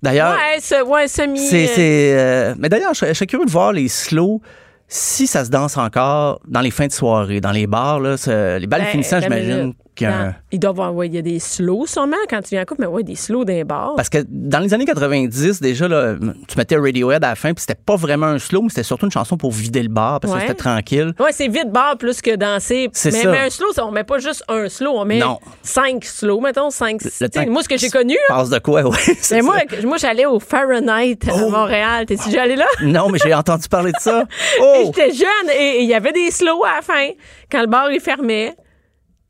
[SPEAKER 4] D'ailleurs...
[SPEAKER 3] Mm. Ouais, ce, ouais, semi.
[SPEAKER 4] Ah. C'est,
[SPEAKER 3] euh,
[SPEAKER 4] c'est, euh, mais d'ailleurs, je, je serais curieux de voir les slow si ça se danse encore dans les fins de soirée, dans les bars, là, ce- les balles
[SPEAKER 3] Ben,
[SPEAKER 4] finissant,
[SPEAKER 3] la
[SPEAKER 4] j'imagine.
[SPEAKER 3] minute.
[SPEAKER 4] Puis un-
[SPEAKER 3] Dans- Il doit avoir, ouais, il y a des slows sûrement quand tu viens en couple, mais ouais, des slows d'un bar.
[SPEAKER 4] Parce que dans les années 90, déjà, là, tu mettais Radiohead à la fin, puis c'était pas vraiment un slow, mais c'était surtout une chanson pour vider le bar, parce
[SPEAKER 3] Ouais.
[SPEAKER 4] que c'était tranquille.
[SPEAKER 3] Ouais, c'est vite bar plus que danser.
[SPEAKER 4] C'est
[SPEAKER 3] mais,
[SPEAKER 4] ça.
[SPEAKER 3] mais un slow, ça, on met pas juste un slow, on met
[SPEAKER 4] Non.
[SPEAKER 3] cinq slows, mettons, cinq.
[SPEAKER 4] Le
[SPEAKER 3] t'sais,
[SPEAKER 4] temps
[SPEAKER 3] Moi, ce que j'ai connu, là,
[SPEAKER 4] Passe de quoi, oui.
[SPEAKER 3] mais moi, moi j'allais au Fahrenheit à
[SPEAKER 4] Oh.
[SPEAKER 3] Montréal. T'es-tu déjà allé là?
[SPEAKER 4] Non, mais j'ai entendu parler de ça.
[SPEAKER 3] Et
[SPEAKER 4] Oh!
[SPEAKER 3] J'étais jeune et et il y avait des slows à la fin quand le bar il fermait.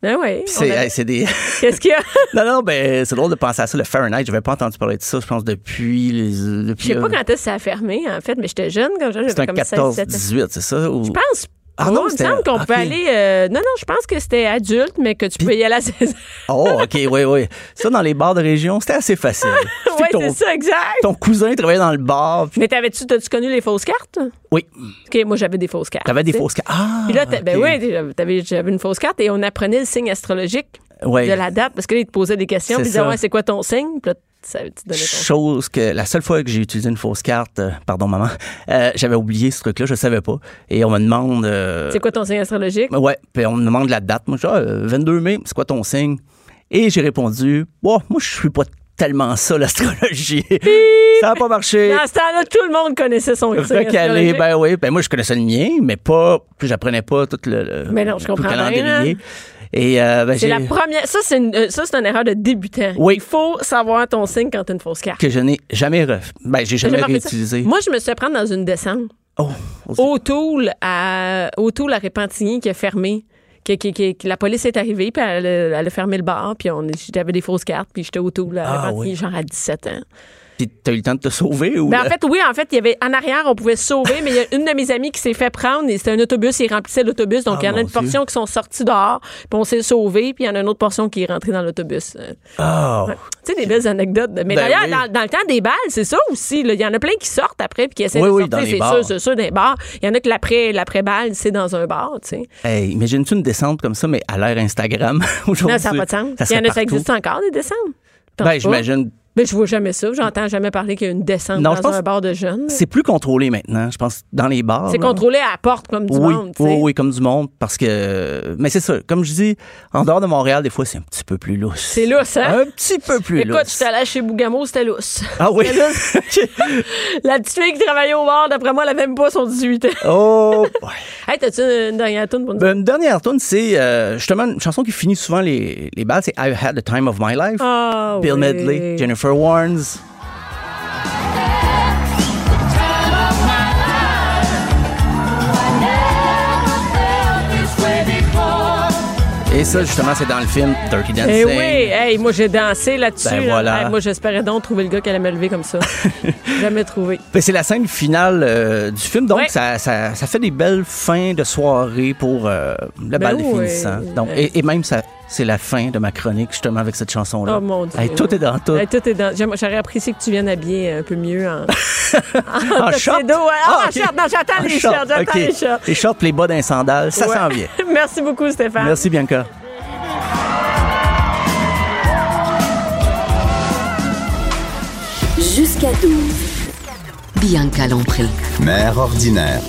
[SPEAKER 3] Ben oui. on
[SPEAKER 4] C'est
[SPEAKER 3] avait-
[SPEAKER 4] hey, c'est des.
[SPEAKER 3] Qu'est-ce qu'il y a?
[SPEAKER 4] Non, non, ben, c'est drôle de penser à ça, le Fahrenheit. J'avais pas entendu parler de ça, je pense, depuis. les-
[SPEAKER 3] Je
[SPEAKER 4] depuis
[SPEAKER 3] sais pas
[SPEAKER 4] euh,
[SPEAKER 3] quand est-ce que ça a fermé, en fait, mais j'étais jeune quand j'avais
[SPEAKER 4] C'est un
[SPEAKER 3] comme 16, 17 ans.
[SPEAKER 4] 14-18, c'est ça? ou-
[SPEAKER 3] Je pense.
[SPEAKER 4] Ah
[SPEAKER 3] pas.
[SPEAKER 4] non,
[SPEAKER 3] il me
[SPEAKER 4] c'était-
[SPEAKER 3] semble qu'on peut
[SPEAKER 4] ok.
[SPEAKER 3] aller. euh, non, non, je pense que c'était adulte, mais que tu pouvais y aller à 16 ans.
[SPEAKER 4] Oh, OK, oui, oui. Ça, dans les bars de région, c'était assez facile.
[SPEAKER 3] oui,
[SPEAKER 4] Puis ton,
[SPEAKER 3] c'est ça, exact.
[SPEAKER 4] ton cousin travaillait dans le bar. puis-
[SPEAKER 3] Mais t'avais-tu, t'as-tu connu les fausses cartes?
[SPEAKER 4] Oui,
[SPEAKER 3] OK, moi, j'avais des fausses cartes.
[SPEAKER 4] t'avais des
[SPEAKER 3] tu sais.
[SPEAKER 4] fausses cartes. Ah!
[SPEAKER 3] Puis là, t'as- ben
[SPEAKER 4] ok.
[SPEAKER 3] oui, t'avais- t'avais- j'avais une fausse carte et on apprenait le signe astrologique
[SPEAKER 4] Ouais.
[SPEAKER 3] de la date parce que là, ils te posaient des questions.
[SPEAKER 4] C'est
[SPEAKER 3] Puis ils disaient,
[SPEAKER 4] ça.
[SPEAKER 3] ouais, c'est quoi ton signe? Puis là, ça, tu donnais ton signe.
[SPEAKER 4] Chose que la seule fois que j'ai utilisé une fausse carte, euh, pardon maman, euh, j'avais oublié ce truc-là, je savais pas. Et on me demande, euh,
[SPEAKER 3] C'est quoi ton signe astrologique?
[SPEAKER 4] ouais, puis on me demande la date. Moi, je dis, Ah, euh, 22 mai, c'est quoi ton signe Et j'ai répondu, oh, moi je suis pas tellement ça l'astrologie. ça a pas marché.
[SPEAKER 3] Dans ce temps-là, tout le monde connaissait son signe
[SPEAKER 4] Recalé,
[SPEAKER 3] astrologique.
[SPEAKER 4] ben oui. Ben moi, je connaissais le mien, mais pas. Puis j'apprenais pas tout le, le-
[SPEAKER 3] Mais non, je
[SPEAKER 4] tout le
[SPEAKER 3] comprends bien, hein.
[SPEAKER 4] calendrier. Et euh, ben,
[SPEAKER 3] c'est
[SPEAKER 4] j'ai-
[SPEAKER 3] la première. Ça, c'est une, euh, ça, c'est une erreur de débutant.
[SPEAKER 4] Oui.
[SPEAKER 3] Il faut savoir ton signe quand t'as une fausse carte.
[SPEAKER 4] que je n'ai jamais ref... Ben, j'ai
[SPEAKER 3] T'as
[SPEAKER 4] jamais
[SPEAKER 3] jamais refait ça?
[SPEAKER 4] réutilisé.
[SPEAKER 3] Moi, je me suis fait prendre dans une descente.
[SPEAKER 4] Oh,
[SPEAKER 3] au Toul à, au Toul à Repentigny qui a fermé. Que, que- que- que la police est arrivée, puis elle, a- elle a fermé le bar, puis on- j'avais des fausses cartes, puis j'étais au Toul à
[SPEAKER 4] Ah,
[SPEAKER 3] Repentigny,
[SPEAKER 4] oui.
[SPEAKER 3] genre à 17 ans.
[SPEAKER 4] Puis t'as eu le temps de te sauver ou
[SPEAKER 3] Ben, en
[SPEAKER 4] là?
[SPEAKER 3] fait, oui, en fait, il y avait en arrière, on pouvait se sauver, mais il y a une de mes amies qui s'est fait prendre, et c'était un autobus, il remplissait l'autobus, donc
[SPEAKER 4] Ah,
[SPEAKER 3] il y en a
[SPEAKER 4] mon
[SPEAKER 3] une portion qui sont sorties dehors, puis on s'est sauvés, puis il y en a une autre portion qui est rentrée dans l'autobus. Euh,
[SPEAKER 4] Oh.
[SPEAKER 3] Tu sais, des belles anecdotes. de- Mais
[SPEAKER 4] Ben
[SPEAKER 3] d'ailleurs,
[SPEAKER 4] oui.
[SPEAKER 3] dans, dans le temps des balles, c'est ça aussi. là. Il y en a plein qui sortent après puis qui essaient
[SPEAKER 4] Oui,
[SPEAKER 3] de
[SPEAKER 4] oui, dans
[SPEAKER 3] sortir,
[SPEAKER 4] les
[SPEAKER 3] c'est
[SPEAKER 4] bars.
[SPEAKER 3] sûr, c'est sûr, des bars. Il y en a que l'après- l'après-balle, c'est dans un bar, tu sais.
[SPEAKER 4] Hey, imagine-tu une descente comme ça, mais à l'ère Instagram aujourd'hui?
[SPEAKER 3] Non, ça n'a pas de sens. Il
[SPEAKER 4] Ça
[SPEAKER 3] y
[SPEAKER 4] serait
[SPEAKER 3] en a, ça
[SPEAKER 4] partout.
[SPEAKER 3] existe encore, des descentes. Pense pas.
[SPEAKER 4] Ben, j'imagine.
[SPEAKER 3] Mais je vois jamais ça. J'entends jamais parler qu'il y a une descente
[SPEAKER 4] Non, je
[SPEAKER 3] dans
[SPEAKER 4] pense-
[SPEAKER 3] un bar de jeunes.
[SPEAKER 4] C'est plus contrôlé maintenant, je pense, dans les bars.
[SPEAKER 3] C'est
[SPEAKER 4] là.
[SPEAKER 3] contrôlé à la porte comme du
[SPEAKER 4] oui,
[SPEAKER 3] monde, tu sais.
[SPEAKER 4] oui, oui, comme du monde, parce que. Mais c'est ça, comme je dis, en dehors de Montréal, des fois, c'est un petit peu plus lousse.
[SPEAKER 3] C'est lousse, hein?
[SPEAKER 4] Un petit peu plus
[SPEAKER 3] Écoute, je
[SPEAKER 4] lousse.
[SPEAKER 3] suis allée chez Bougamo, c'était lousse.
[SPEAKER 4] Ah oui?
[SPEAKER 3] La petite fille qui travaillait au bar, d'après moi, elle avait même pas son 18 ans.
[SPEAKER 4] oh! ouais.
[SPEAKER 3] Hey, t'as-tu une, une dernière toune pour nous?
[SPEAKER 4] Ben, une dernière tune, c'est euh, justement une chanson qui finit souvent les, les balles, c'est I've Had the Time of My Life.
[SPEAKER 3] Ah,
[SPEAKER 4] Bill
[SPEAKER 3] oui.
[SPEAKER 4] Medley, Jennifer Warnes. Et ça, justement, c'est dans le film Dirty Dancing.
[SPEAKER 3] Eh oui, hey, moi j'ai dansé là-dessus.
[SPEAKER 4] Ben
[SPEAKER 3] là.
[SPEAKER 4] voilà.
[SPEAKER 3] Hey, moi j'espérais donc trouver le gars qui allait me lever comme ça. Jamais trouvé. Oh,
[SPEAKER 4] Ben, c'est la scène finale euh, du film, donc
[SPEAKER 3] Ouais.
[SPEAKER 4] ça, ça, ça fait des belles fins de soirée pour euh, le bal des
[SPEAKER 3] Ben oui.
[SPEAKER 4] finissants. Donc, et, et même, ça, c'est la fin de ma chronique, justement, avec cette chanson-là.
[SPEAKER 3] Oh mon Dieu. Ben,
[SPEAKER 4] Hey, tout est dans tout.
[SPEAKER 3] Hey, tout est dans. j'aime- J'aurais apprécié que tu viennes habillé un peu mieux en.
[SPEAKER 4] en
[SPEAKER 3] tuxedo,
[SPEAKER 4] short?
[SPEAKER 3] ouais. Ah, en
[SPEAKER 4] ok.
[SPEAKER 3] short, non, j'attends
[SPEAKER 4] En
[SPEAKER 3] les
[SPEAKER 4] short,
[SPEAKER 3] shorts, j'attends
[SPEAKER 4] ok.
[SPEAKER 3] les shorts.
[SPEAKER 4] Les shorts, les bas d'un sandal, ça
[SPEAKER 3] Ouais.
[SPEAKER 4] s'en vient.
[SPEAKER 3] Merci beaucoup, Stéphane.
[SPEAKER 4] Merci, Bianca.
[SPEAKER 1] Jusqu'à 12. Bianca Lompré.
[SPEAKER 2] Mère ordinaire.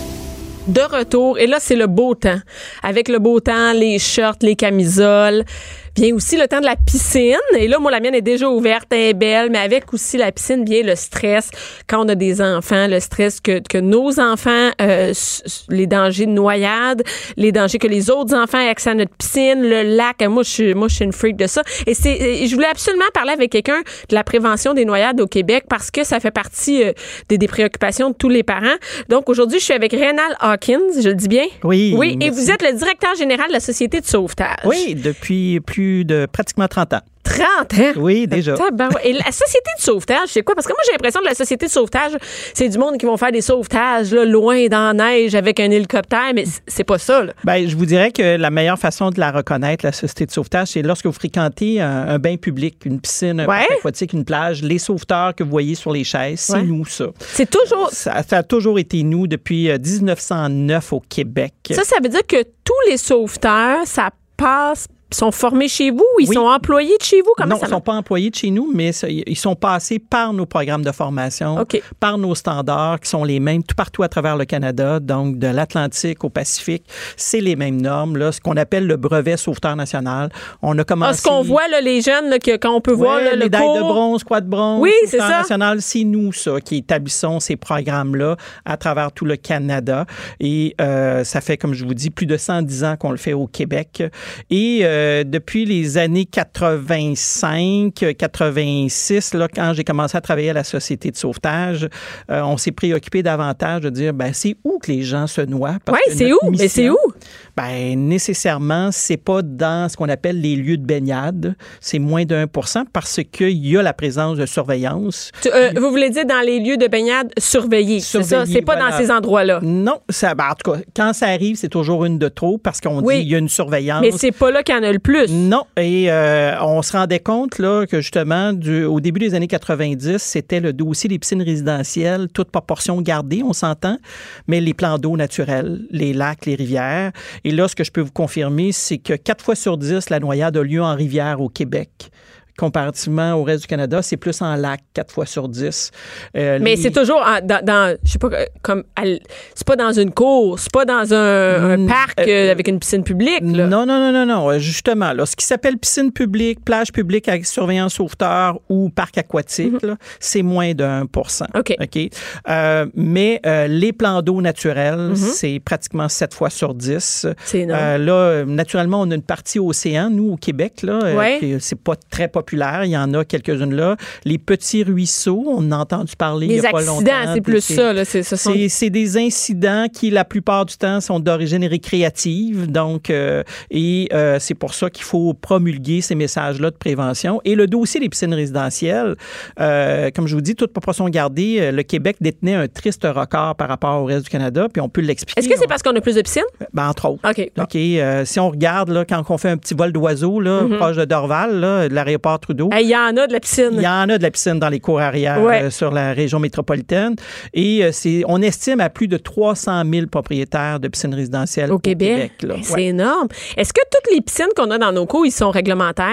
[SPEAKER 3] De retour, et là, c'est le beau temps. Avec le beau temps, les shorts, les camisoles. Vient aussi le temps de la piscine. Et là, moi, la mienne est déjà ouverte, elle est belle, mais avec aussi la piscine vient le stress quand on a des enfants, le stress que, que nos enfants, euh, s- s- les dangers de noyade, les dangers que les autres enfants aient accès à notre piscine, le lac. euh, Moi, je suis, moi, je suis une freak de ça. Et c'est, et je voulais absolument parler avec quelqu'un de la prévention des noyades au Québec parce que ça fait partie euh, des, des préoccupations de tous les parents. Donc, aujourd'hui, je suis avec Rénal Hawkins, je le dis bien?
[SPEAKER 6] Oui,
[SPEAKER 3] Oui, et
[SPEAKER 6] merci.
[SPEAKER 3] vous êtes le directeur général de la Société de sauvetage.
[SPEAKER 6] Oui, depuis plus de pratiquement 30 ans.
[SPEAKER 3] 30 ans.
[SPEAKER 6] Oui, déjà.
[SPEAKER 3] Tabarouette. Et la société de sauvetage, c'est quoi? Parce que moi, j'ai l'impression que la société de sauvetage, c'est du monde qui vont faire des sauvetages là, loin dans la neige avec un hélicoptère, mais c- c'est pas ça. là.
[SPEAKER 6] Ben, je vous dirais que la meilleure façon de la reconnaître, la société de sauvetage, c'est lorsque vous fréquentez un, un bain public, une piscine, un
[SPEAKER 3] Ouais.
[SPEAKER 6] parc aquatique, une plage, les sauveteurs que vous voyez sur les chaises, c'est
[SPEAKER 3] Ouais.
[SPEAKER 6] nous, ça.
[SPEAKER 3] C'est toujours.
[SPEAKER 6] ça. ça a toujours été nous depuis euh, 1909 au Québec.
[SPEAKER 3] Ça, ça veut dire que tous les sauveteurs, ça passe Ils sont formés chez vous? Ils
[SPEAKER 6] Oui.
[SPEAKER 3] sont employés de chez vous? Comment
[SPEAKER 6] non,
[SPEAKER 3] ça
[SPEAKER 6] ils ne sont
[SPEAKER 3] marche?
[SPEAKER 6] pas employés de chez nous, mais ça- ils sont passés par nos programmes de formation,
[SPEAKER 3] OK.
[SPEAKER 6] par nos standards qui sont les mêmes tout partout à travers le Canada, donc de l'Atlantique au Pacifique, c'est les mêmes normes. Là, ce qu'on appelle le brevet sauveteur national, on a
[SPEAKER 3] Ah,
[SPEAKER 6] commencé.
[SPEAKER 3] ce qu'on voit, là, les jeunes, là, que, quand on peut voir
[SPEAKER 6] Ouais,
[SPEAKER 3] là, le
[SPEAKER 6] médaille
[SPEAKER 3] cours...
[SPEAKER 6] de bronze, quoi de bronze.
[SPEAKER 3] Oui,
[SPEAKER 6] sauveteur
[SPEAKER 3] c'est ça.
[SPEAKER 6] national, c'est nous, ça, qui établissons ces programmes-là à travers tout le Canada. Et euh, ça fait, comme je vous dis, plus de 110 ans qu'on le fait au Québec. Et euh, depuis les années 85, euh, 86, là, quand j'ai commencé à travailler à la Société de sauvetage, euh, on s'est préoccupé davantage de dire, ben, c'est où que les gens se noient? Parce
[SPEAKER 3] Ouais,
[SPEAKER 6] que
[SPEAKER 3] c'est
[SPEAKER 6] notre
[SPEAKER 3] où? Mais c'est
[SPEAKER 6] mission-
[SPEAKER 3] où?
[SPEAKER 6] ben, nécessairement, c'est pas dans ce qu'on appelle les lieux de baignade. C'est moins de 1 parce qu'il y a la présence de surveillance.
[SPEAKER 3] Tu- euh, vous voulez dire dans les lieux de baignade surveillés, c'est ça?
[SPEAKER 6] Surveillés,
[SPEAKER 3] C'est pas dans
[SPEAKER 6] voilà.
[SPEAKER 3] ces endroits-là.
[SPEAKER 6] Non, ça, ben, en tout cas, quand ça arrive, c'est toujours une de trop parce qu'on
[SPEAKER 3] Oui.
[SPEAKER 6] dit il y a une surveillance.
[SPEAKER 3] Mais c'est pas là qu'il y en a le plus.
[SPEAKER 6] Non, et euh, on se rendait compte là, que justement, du- au début des années 90, c'était le dossier des piscines résidentielles, toutes proportions gardées, on s'entend, mais les plans d'eau naturels, les lacs, les rivières. Et là, ce que je peux vous confirmer, c'est que 4 fois sur 10, la noyade a lieu en rivière au Québec. Comparativement au reste du Canada, c'est plus en lac, 4 fois sur 10. Euh,
[SPEAKER 3] Mais
[SPEAKER 6] les-
[SPEAKER 3] c'est toujours en- dans, dans- je sais pas, euh, comme, à l- c'est pas dans une cour, c'est pas dans un, un
[SPEAKER 6] Mm,
[SPEAKER 3] parc euh, avec une piscine publique, là.
[SPEAKER 6] Non, non, non, non, non. Euh, Justement, là, ce qui s'appelle piscine publique, plage publique avec surveillance sauveteur ou parc aquatique, là, c'est moins de 1
[SPEAKER 3] Mhm. OK.
[SPEAKER 6] Euh, mais euh, les plans d'eau naturels, c'est pratiquement 7 fois sur 10.
[SPEAKER 3] Mhm. C'est énorme.
[SPEAKER 6] Euh, là, euh, naturellement, on a une partie océan, nous, au Québec, là. euh,
[SPEAKER 3] Ouais.
[SPEAKER 6] qui- c'est pas très populaire. Il y en a quelques-unes là. Les petits ruisseaux, on en a entendu parler il
[SPEAKER 3] Les
[SPEAKER 6] y a pas
[SPEAKER 3] accidents,
[SPEAKER 6] longtemps.
[SPEAKER 3] c'est plus ça, là. C'est, ce sont-
[SPEAKER 6] C'est, c'est des incidents qui, la plupart du temps, sont d'origine récréative. Donc, euh, et euh, c'est pour ça qu'il faut promulguer ces messages-là de prévention. Et le dossier des piscines résidentielles, euh, comme je vous dis, toute proportion gardée, euh, le Québec détenait un triste record par rapport au reste du Canada, puis on peut l'expliquer.
[SPEAKER 3] Est-ce que c'est
[SPEAKER 6] On-
[SPEAKER 3] parce qu'on a plus de piscines?
[SPEAKER 6] ben, entre autres.
[SPEAKER 3] OK.
[SPEAKER 6] OK, euh, si on regarde, là, quand on fait un petit vol d'oiseau, là, proche de Dorval, là, de l'aéroport Trudeau,
[SPEAKER 3] Mm-hmm. Hey, Il y en a de la piscine.
[SPEAKER 6] il y en a de la piscine dans les cours arrière
[SPEAKER 3] Ouais.
[SPEAKER 6] euh, sur la région métropolitaine. Et euh, c'est, on estime à plus de 300 000 propriétaires de piscines résidentielles
[SPEAKER 3] Au Québec.
[SPEAKER 6] là.
[SPEAKER 3] Hey, C'est
[SPEAKER 6] Ouais.
[SPEAKER 3] énorme. Est-ce que toutes les piscines qu'on a dans nos cours, ils sont réglementaires?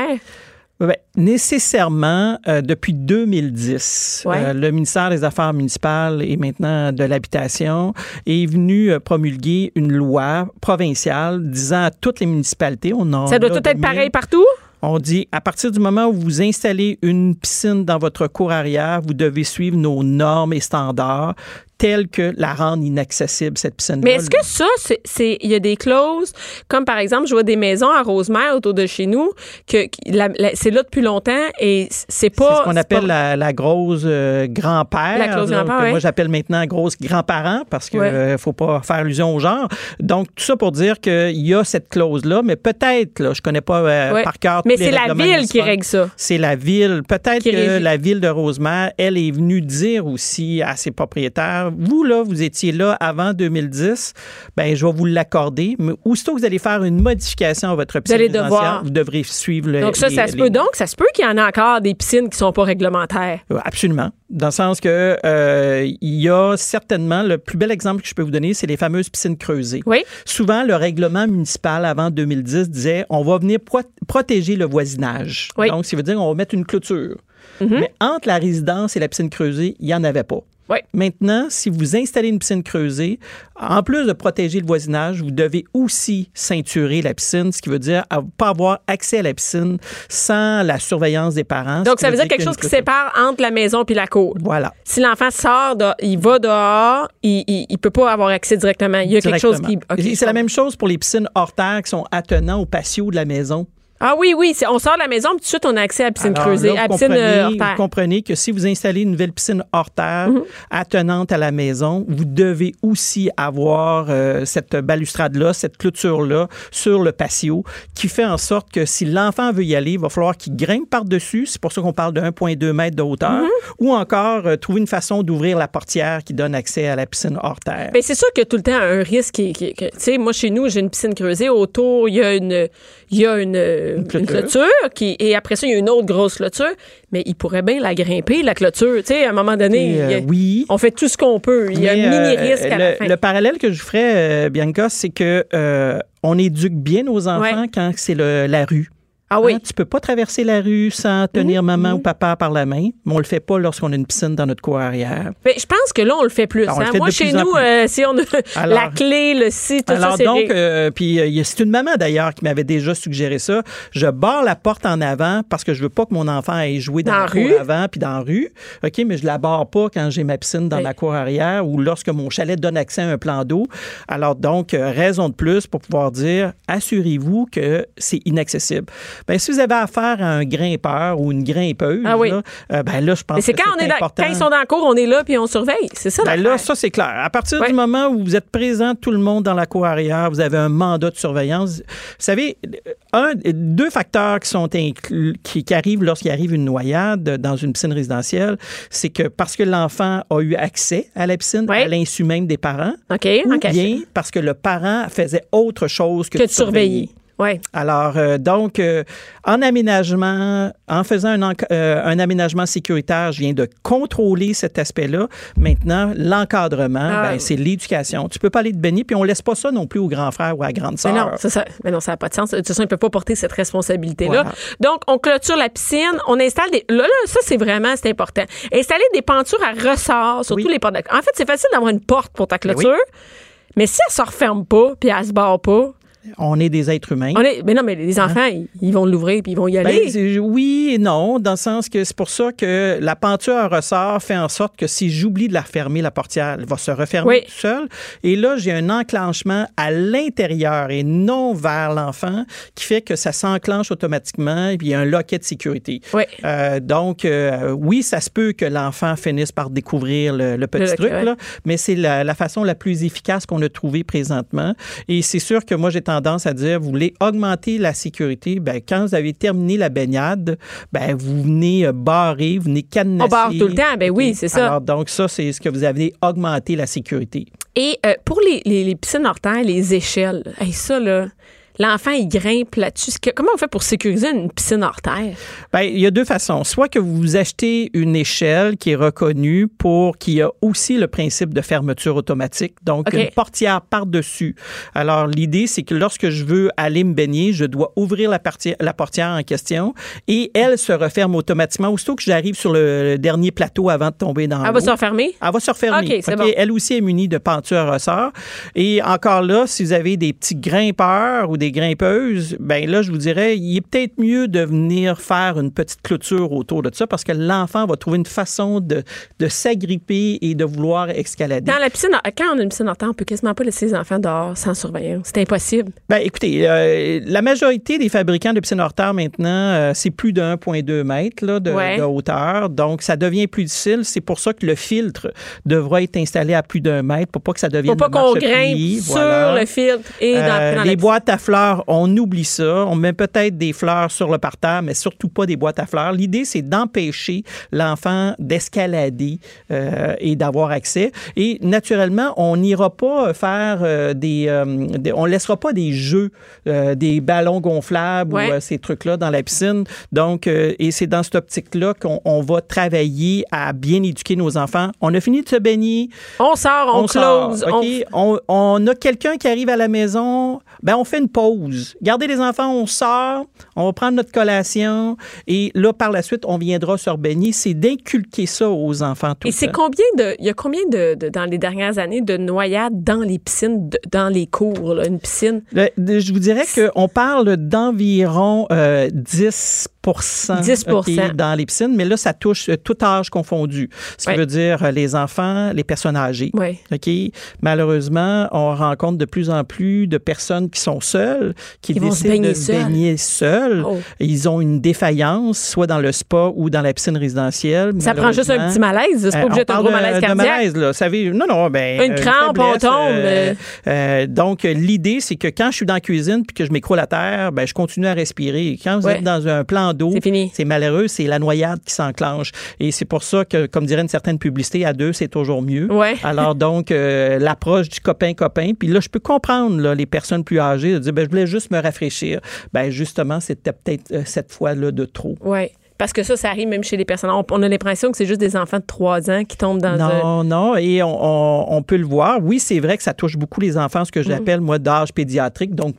[SPEAKER 6] Ben, nécessairement, euh, depuis 2010,
[SPEAKER 3] Ouais.
[SPEAKER 6] euh, le ministère des Affaires municipales et maintenant de l'Habitation est venu euh, promulguer une loi provinciale disant à toutes les municipalités, on en
[SPEAKER 3] Ça doit
[SPEAKER 6] a
[SPEAKER 3] tout
[SPEAKER 6] de
[SPEAKER 3] être
[SPEAKER 6] mille.
[SPEAKER 3] pareil partout?
[SPEAKER 6] On dit, à partir du moment où vous installez une piscine dans votre cour arrière, vous devez suivre nos normes et standards tels que la rendre inaccessible, cette piscine-là.
[SPEAKER 3] Mais est-ce que ça, c'est- c'est il y a des clauses comme par exemple, je vois des maisons à Rosemère autour de chez nous que qui- la- la- c'est là depuis longtemps et c'est
[SPEAKER 6] C'est
[SPEAKER 3] pas
[SPEAKER 6] ce qu'on
[SPEAKER 3] c'est
[SPEAKER 6] appelle
[SPEAKER 3] pas-
[SPEAKER 6] la, la grosse euh, grand-père.
[SPEAKER 3] La grosse
[SPEAKER 6] là,
[SPEAKER 3] grand-père,
[SPEAKER 6] que
[SPEAKER 3] ouais.
[SPEAKER 6] Moi, j'appelle maintenant grosse grand-parent parce qu'il
[SPEAKER 3] Ouais.
[SPEAKER 6] ne faut pas faire allusion au genre. Donc, tout ça pour dire qu'il y a cette clause-là, mais peut-être, là, je connais pas euh,
[SPEAKER 3] Ouais.
[SPEAKER 6] par cœur. tous
[SPEAKER 3] Mais
[SPEAKER 6] les
[SPEAKER 3] c'est la
[SPEAKER 6] règlements
[SPEAKER 3] ville qui
[SPEAKER 6] municipaux.
[SPEAKER 3] règle ça.
[SPEAKER 6] C'est la ville. Peut-être
[SPEAKER 3] Qui
[SPEAKER 6] que
[SPEAKER 3] régit.
[SPEAKER 6] la ville de Rosemère, elle est venue dire aussi à ses propriétaires, vous, là, vous étiez là avant 2010, ben je vais vous l'accorder. Mais aussitôt que vous allez faire une modification à votre piscine
[SPEAKER 3] allez
[SPEAKER 6] résidentielle,
[SPEAKER 3] devoir.
[SPEAKER 6] vous devrez suivre le
[SPEAKER 3] Donc ça,
[SPEAKER 6] les-
[SPEAKER 3] ça se
[SPEAKER 6] les-
[SPEAKER 3] peut. Donc, ça se peut qu'il y en a encore des piscines qui sont pas réglementaires.
[SPEAKER 6] euh, Absolument. Dans le sens que euh, il y a certainement le plus bel exemple que je peux vous donner, c'est les fameuses piscines creusées.
[SPEAKER 3] Oui.
[SPEAKER 6] Souvent, le règlement municipal avant 2010 disait on va venir pro- protéger le voisinage.
[SPEAKER 3] Oui. Mm-hmm.
[SPEAKER 6] Donc, ça veut dire qu'on va mettre une clôture. Mais entre la résidence et la piscine creusée, il n'y en avait pas.
[SPEAKER 3] Oui.
[SPEAKER 6] Maintenant, si vous installez une piscine creusée, en plus de protéger le voisinage, vous devez aussi ceinturer la piscine, ce qui veut dire à- pas avoir accès à la piscine sans la surveillance des parents. ce
[SPEAKER 3] Donc
[SPEAKER 6] qui
[SPEAKER 3] ça veut dire
[SPEAKER 6] qu'il y
[SPEAKER 3] quelque
[SPEAKER 6] a une
[SPEAKER 3] chose qui
[SPEAKER 6] clôture.
[SPEAKER 3] sépare entre la maison puis la cour.
[SPEAKER 6] Voilà.
[SPEAKER 3] Si l'enfant sort, de- il va dehors, il, il, il peut pas avoir accès directement. Il y a quelque chose qui.
[SPEAKER 6] Directement.
[SPEAKER 3] OK,
[SPEAKER 6] Et
[SPEAKER 3] je
[SPEAKER 6] c'est la
[SPEAKER 3] comprends.
[SPEAKER 6] même chose pour les piscines hors terre qui sont attenants au patio de la maison.
[SPEAKER 3] Ah oui, oui. c'est- On sort de la maison, puis tout de suite, on a accès à la piscine
[SPEAKER 6] Alors
[SPEAKER 3] creusée,
[SPEAKER 6] là,
[SPEAKER 3] à la
[SPEAKER 6] vous
[SPEAKER 3] piscine euh, hors
[SPEAKER 6] comprenez,
[SPEAKER 3] terre. Mhm.
[SPEAKER 6] vous comprenez que si vous installez une nouvelle piscine hors terre attenante à la maison, vous devez aussi avoir euh, cette balustrade-là, cette clôture-là sur le patio qui fait en sorte que si l'enfant veut y aller, il va falloir qu'il grimpe par-dessus. C'est pour ça qu'on parle de 1,2 mètre de
[SPEAKER 3] Mhm.
[SPEAKER 6] hauteur. Ou encore euh, trouver une façon d'ouvrir la portière qui donne accès à la piscine hors terre.
[SPEAKER 3] Ben, c'est sûr que tout le temps un risque qui, qui- que- tu sais moi chez nous j'ai une piscine creusée autour il y a une il y a une euh, une
[SPEAKER 6] clôture.
[SPEAKER 3] clôture. qui, et après ça, il y a une autre grosse clôture, mais il pourrait bien la grimper, la clôture. Tu sais, à un moment donné,
[SPEAKER 6] Et, euh,
[SPEAKER 3] il y a-
[SPEAKER 6] oui.
[SPEAKER 3] on fait tout ce qu'on peut. Il y a un
[SPEAKER 6] Mais, euh,
[SPEAKER 3] mini-risque à
[SPEAKER 6] le,
[SPEAKER 3] la fin.
[SPEAKER 6] le parallèle que je ferais, euh, Bianca, c'est que euh, on éduque bien nos enfants
[SPEAKER 3] Ouais.
[SPEAKER 6] quand c'est le- la rue.
[SPEAKER 3] ah oui, Mm-hmm.
[SPEAKER 6] Hein, tu peux pas traverser la rue sans tenir maman ou papa par la main, mais on le fait pas lorsqu'on a une piscine dans notre coin arrière.
[SPEAKER 3] Mais je pense que là, on le fait plus.
[SPEAKER 6] Ah, on le
[SPEAKER 3] hein.
[SPEAKER 6] fait
[SPEAKER 3] Moi,
[SPEAKER 6] de
[SPEAKER 3] chez
[SPEAKER 6] plus en
[SPEAKER 3] nous,
[SPEAKER 6] plus.
[SPEAKER 3] euh, si on a
[SPEAKER 6] Alors-
[SPEAKER 3] la clé, le site, tout
[SPEAKER 6] Alors
[SPEAKER 3] ça, c'est
[SPEAKER 6] donc,
[SPEAKER 3] réglé.
[SPEAKER 6] euh, puis euh, il y a- c'est une maman d'ailleurs qui m'avait déjà suggéré ça. Je barre la porte en avant parce que je veux pas que mon enfant aille jouer dans,
[SPEAKER 3] Dans
[SPEAKER 6] la
[SPEAKER 3] la
[SPEAKER 6] cour
[SPEAKER 3] rue.
[SPEAKER 6] avant puis dans la rue. OK, mais je la barre pas quand j'ai ma piscine dans
[SPEAKER 3] Oui.
[SPEAKER 6] ma cour arrière ou lorsque mon chalet donne accès à un plan d'eau. Alors donc, euh, raison de plus pour pouvoir dire assurez-vous que c'est inaccessible. Ben, si vous avez affaire à un grimpeur ou une grimpeuse,
[SPEAKER 3] Ah oui.
[SPEAKER 6] là, euh, ben là, je pense
[SPEAKER 3] Mais c'est
[SPEAKER 6] que
[SPEAKER 3] quand, on est dans-
[SPEAKER 6] important.
[SPEAKER 3] quand ils sont dans la cour, on est là puis on surveille. C'est ça.
[SPEAKER 6] Ben là,
[SPEAKER 3] l'affaire.
[SPEAKER 6] ça, c'est clair. À partir du
[SPEAKER 3] Ouais.
[SPEAKER 6] moment où vous êtes présent, tout le monde dans la cour arrière, vous avez un mandat de surveillance. Vous savez, un, deux facteurs qui sont inclus, qui, qui arrivent lorsqu'il arrive une noyade dans une piscine résidentielle, c'est que parce que l'enfant a eu accès à la piscine,
[SPEAKER 3] Ouais.
[SPEAKER 6] à l'insu même des parents,
[SPEAKER 3] OK,
[SPEAKER 6] ou
[SPEAKER 3] en cachette.
[SPEAKER 6] bien parce que le parent faisait autre chose que,
[SPEAKER 3] que
[SPEAKER 6] de
[SPEAKER 3] de surveiller. Oui.
[SPEAKER 6] alors, euh, donc, euh, en aménagement, en faisant un, enc- euh, un aménagement sécuritaire, je viens de contrôler cet aspect-là. Maintenant, l'encadrement,
[SPEAKER 3] Ah.
[SPEAKER 6] ben, c'est l'éducation. Tu peux pas aller te baigner, puis on laisse pas ça non plus au grand frère ou à la grande
[SPEAKER 3] Mais
[SPEAKER 6] sœur.
[SPEAKER 3] Ben non, ça, ça, mais non, ça n'a pas de sens. De toute façon, ils ne peuvent pas porter cette responsabilité-là.
[SPEAKER 6] Voilà.
[SPEAKER 3] Donc, on clôture la piscine, on installe des. Là, là ça, c'est vraiment c'est important. Installer des pentures à ressort sur
[SPEAKER 6] Oui.
[SPEAKER 3] tous les portes. de- En fait, c'est facile d'avoir une porte pour ta
[SPEAKER 6] Ben oui.
[SPEAKER 3] clôture, mais si elle ne se referme pas puis elle se barre pas,
[SPEAKER 6] On est des êtres humains.
[SPEAKER 3] on est... mais non, mais les enfants, ils, ils vont l'ouvrir puis ils vont y
[SPEAKER 6] Hein? Ben,
[SPEAKER 3] aller.
[SPEAKER 6] c'est- oui et non, dans le sens que c'est pour ça que la peinture à ressort fait en sorte que si j'oublie de la refermer, la portière, elle va se refermer
[SPEAKER 3] Oui.
[SPEAKER 6] tout seul. Et là, j'ai un enclenchement à l'intérieur et non vers l'enfant qui fait que ça s'enclenche automatiquement et puis il y a un loquet de sécurité.
[SPEAKER 3] Oui.
[SPEAKER 6] Euh, donc, euh, oui, ça se peut que l'enfant finisse par découvrir le, le petit
[SPEAKER 3] Le loquet,
[SPEAKER 6] truc,
[SPEAKER 3] ouais.
[SPEAKER 6] là, mais c'est la, la façon la plus efficace qu'on a trouvée présentement. Et c'est sûr que moi, j'ai tendance à dire, vous voulez augmenter la sécurité, ben, quand vous avez terminé la baignade, ben, vous venez euh, barrer, vous venez cadenasser.
[SPEAKER 3] On barre tout le temps, ben oui,
[SPEAKER 6] Ok.
[SPEAKER 3] c'est ça.
[SPEAKER 6] Alors, donc, ça, c'est ce que vous avez augmenté la sécurité.
[SPEAKER 3] Et euh, pour les, les, les piscines hors terre, les échelles, hey, ça, là, l'enfant, il grimpe là-dessus. C'est que- Comment on fait pour sécuriser une piscine hors terre?
[SPEAKER 6] Ben, il y a deux façons. Soit que vous achetez une échelle qui est reconnue pour qui a aussi le principe de fermeture automatique, donc
[SPEAKER 3] OK.
[SPEAKER 6] une portière par-dessus. Alors, l'idée, c'est que lorsque je veux aller me baigner, je dois ouvrir la, partie- la portière en question et elle se referme automatiquement. Aussitôt que j'arrive sur le dernier plateau avant de tomber dans
[SPEAKER 3] Elle
[SPEAKER 6] l'eau,
[SPEAKER 3] va se refermer?
[SPEAKER 6] elle va se refermer.
[SPEAKER 3] OK, c'est
[SPEAKER 6] OK,
[SPEAKER 3] bon.
[SPEAKER 6] Elle aussi est munie de pentures à ressort. Et encore là, si vous avez des petits grimpeurs ou des grimpeuses, ben là, je vous dirais, il est peut-être mieux de venir faire une petite clôture autour de ça parce que l'enfant va trouver une façon de, de s'agripper et de vouloir escalader.
[SPEAKER 3] Dans la piscine, quand on a une piscine en temps, on peut quasiment pas laisser les enfants dehors sans surveillance. C'est impossible.
[SPEAKER 6] Ben, écoutez, euh, la majorité des fabricants de piscines hors terre maintenant, euh, c'est plus de 1,2 mètres là, de,
[SPEAKER 3] Ouais.
[SPEAKER 6] de hauteur. Donc, ça devient plus difficile. C'est pour ça que le filtre devra être installé à plus d'un mètre pour pas que ça devienne
[SPEAKER 3] Faut pas
[SPEAKER 6] un
[SPEAKER 3] qu'on grimpe
[SPEAKER 6] marchepied.
[SPEAKER 3] sur
[SPEAKER 6] Voilà.
[SPEAKER 3] le filtre et dans,
[SPEAKER 6] Euh,
[SPEAKER 3] dans la
[SPEAKER 6] les
[SPEAKER 3] piscine.
[SPEAKER 6] boîtes à fleurs, on oublie ça. On met peut-être des fleurs sur le parterre, mais surtout pas des boîtes à fleurs. L'idée, c'est d'empêcher l'enfant d'escalader euh, et d'avoir accès. Et naturellement, on n'ira pas faire euh, des, euh, des- On laissera pas des jeux, euh, des ballons gonflables
[SPEAKER 3] Ouais.
[SPEAKER 6] ou euh, ces trucs-là dans la piscine. Donc, euh, et c'est dans cette optique-là qu'on on va travailler à bien éduquer nos enfants. On a fini de se baigner
[SPEAKER 3] On sort, on,
[SPEAKER 6] sort,
[SPEAKER 3] close.
[SPEAKER 6] OK?
[SPEAKER 3] on-
[SPEAKER 6] On, on a quelqu'un qui arrive à la maison, ben on fait une pause. Gardez les enfants, on sort, on va prendre notre collation et là, par la suite, on viendra se rebaigner. C'est d'inculquer ça aux enfants tout
[SPEAKER 3] Et
[SPEAKER 6] le
[SPEAKER 3] c'est
[SPEAKER 6] temps.
[SPEAKER 3] combien de. Il y a combien de, de- dans les dernières années, de noyades dans les piscines, de- dans les cours, là, une piscine?
[SPEAKER 6] Le- de- je vous dirais qu'on parle d'environ euh, 10
[SPEAKER 3] 10
[SPEAKER 6] ok, euh, dans les piscines, mais là, ça touche euh, tout âge confondu. Ce qui
[SPEAKER 3] Ouais.
[SPEAKER 6] veut dire euh, les enfants, les personnes âgées.
[SPEAKER 3] Oui.
[SPEAKER 6] OK? Malheureusement, on rencontre de plus en plus de personnes qui sont seules, qui
[SPEAKER 3] Qui vont se
[SPEAKER 6] décident de
[SPEAKER 3] baigner
[SPEAKER 6] se
[SPEAKER 3] seules.
[SPEAKER 6] baigner seules.
[SPEAKER 3] Oh.
[SPEAKER 6] Ils ont une défaillance, soit dans le spa ou dans la piscine résidentielle.
[SPEAKER 3] Ça prend juste un
[SPEAKER 6] Malheureusement,
[SPEAKER 3] petit malaise. C'est
[SPEAKER 6] euh,
[SPEAKER 3] pas obligé
[SPEAKER 6] on
[SPEAKER 3] d'être un
[SPEAKER 6] parle
[SPEAKER 3] gros
[SPEAKER 6] de-
[SPEAKER 3] malaise
[SPEAKER 6] de
[SPEAKER 3] cardiaque.
[SPEAKER 6] malaise, là. Vous savez, non, non, ben,
[SPEAKER 3] Une crampe, on
[SPEAKER 6] faiblesse,
[SPEAKER 3] tombe,
[SPEAKER 6] euh,
[SPEAKER 3] euh.
[SPEAKER 6] euh, donc, euh, l'idée, c'est que quand je suis dans la cuisine puis que je m'écroule à terre, ben, je continue à respirer. Quand vous
[SPEAKER 3] Ouais.
[SPEAKER 6] êtes dans un plan plans d'eau,
[SPEAKER 3] C'est fini.
[SPEAKER 6] c'est malheureux, c'est la noyade qui s'enclenche. Et c'est pour ça que, comme dirait une certaine publicité, à deux, c'est toujours mieux.
[SPEAKER 3] Ouais.
[SPEAKER 6] Alors donc, euh, l'approche du copain-copain. Puis là, je peux comprendre là, les personnes plus âgées de dire, ben, je voulais juste me rafraîchir. Ben justement, c'était peut-être euh, cette fois-là de trop.
[SPEAKER 3] Oui. Parce que ça, ça arrive même chez les personnes. On, on a l'impression que c'est juste des enfants de 3 ans qui tombent dans un.
[SPEAKER 6] Non, non, et on, on- on peut le voir. Oui, c'est vrai que ça touche beaucoup les enfants, ce que j'appelle, moi, d'âge pédiatrique, donc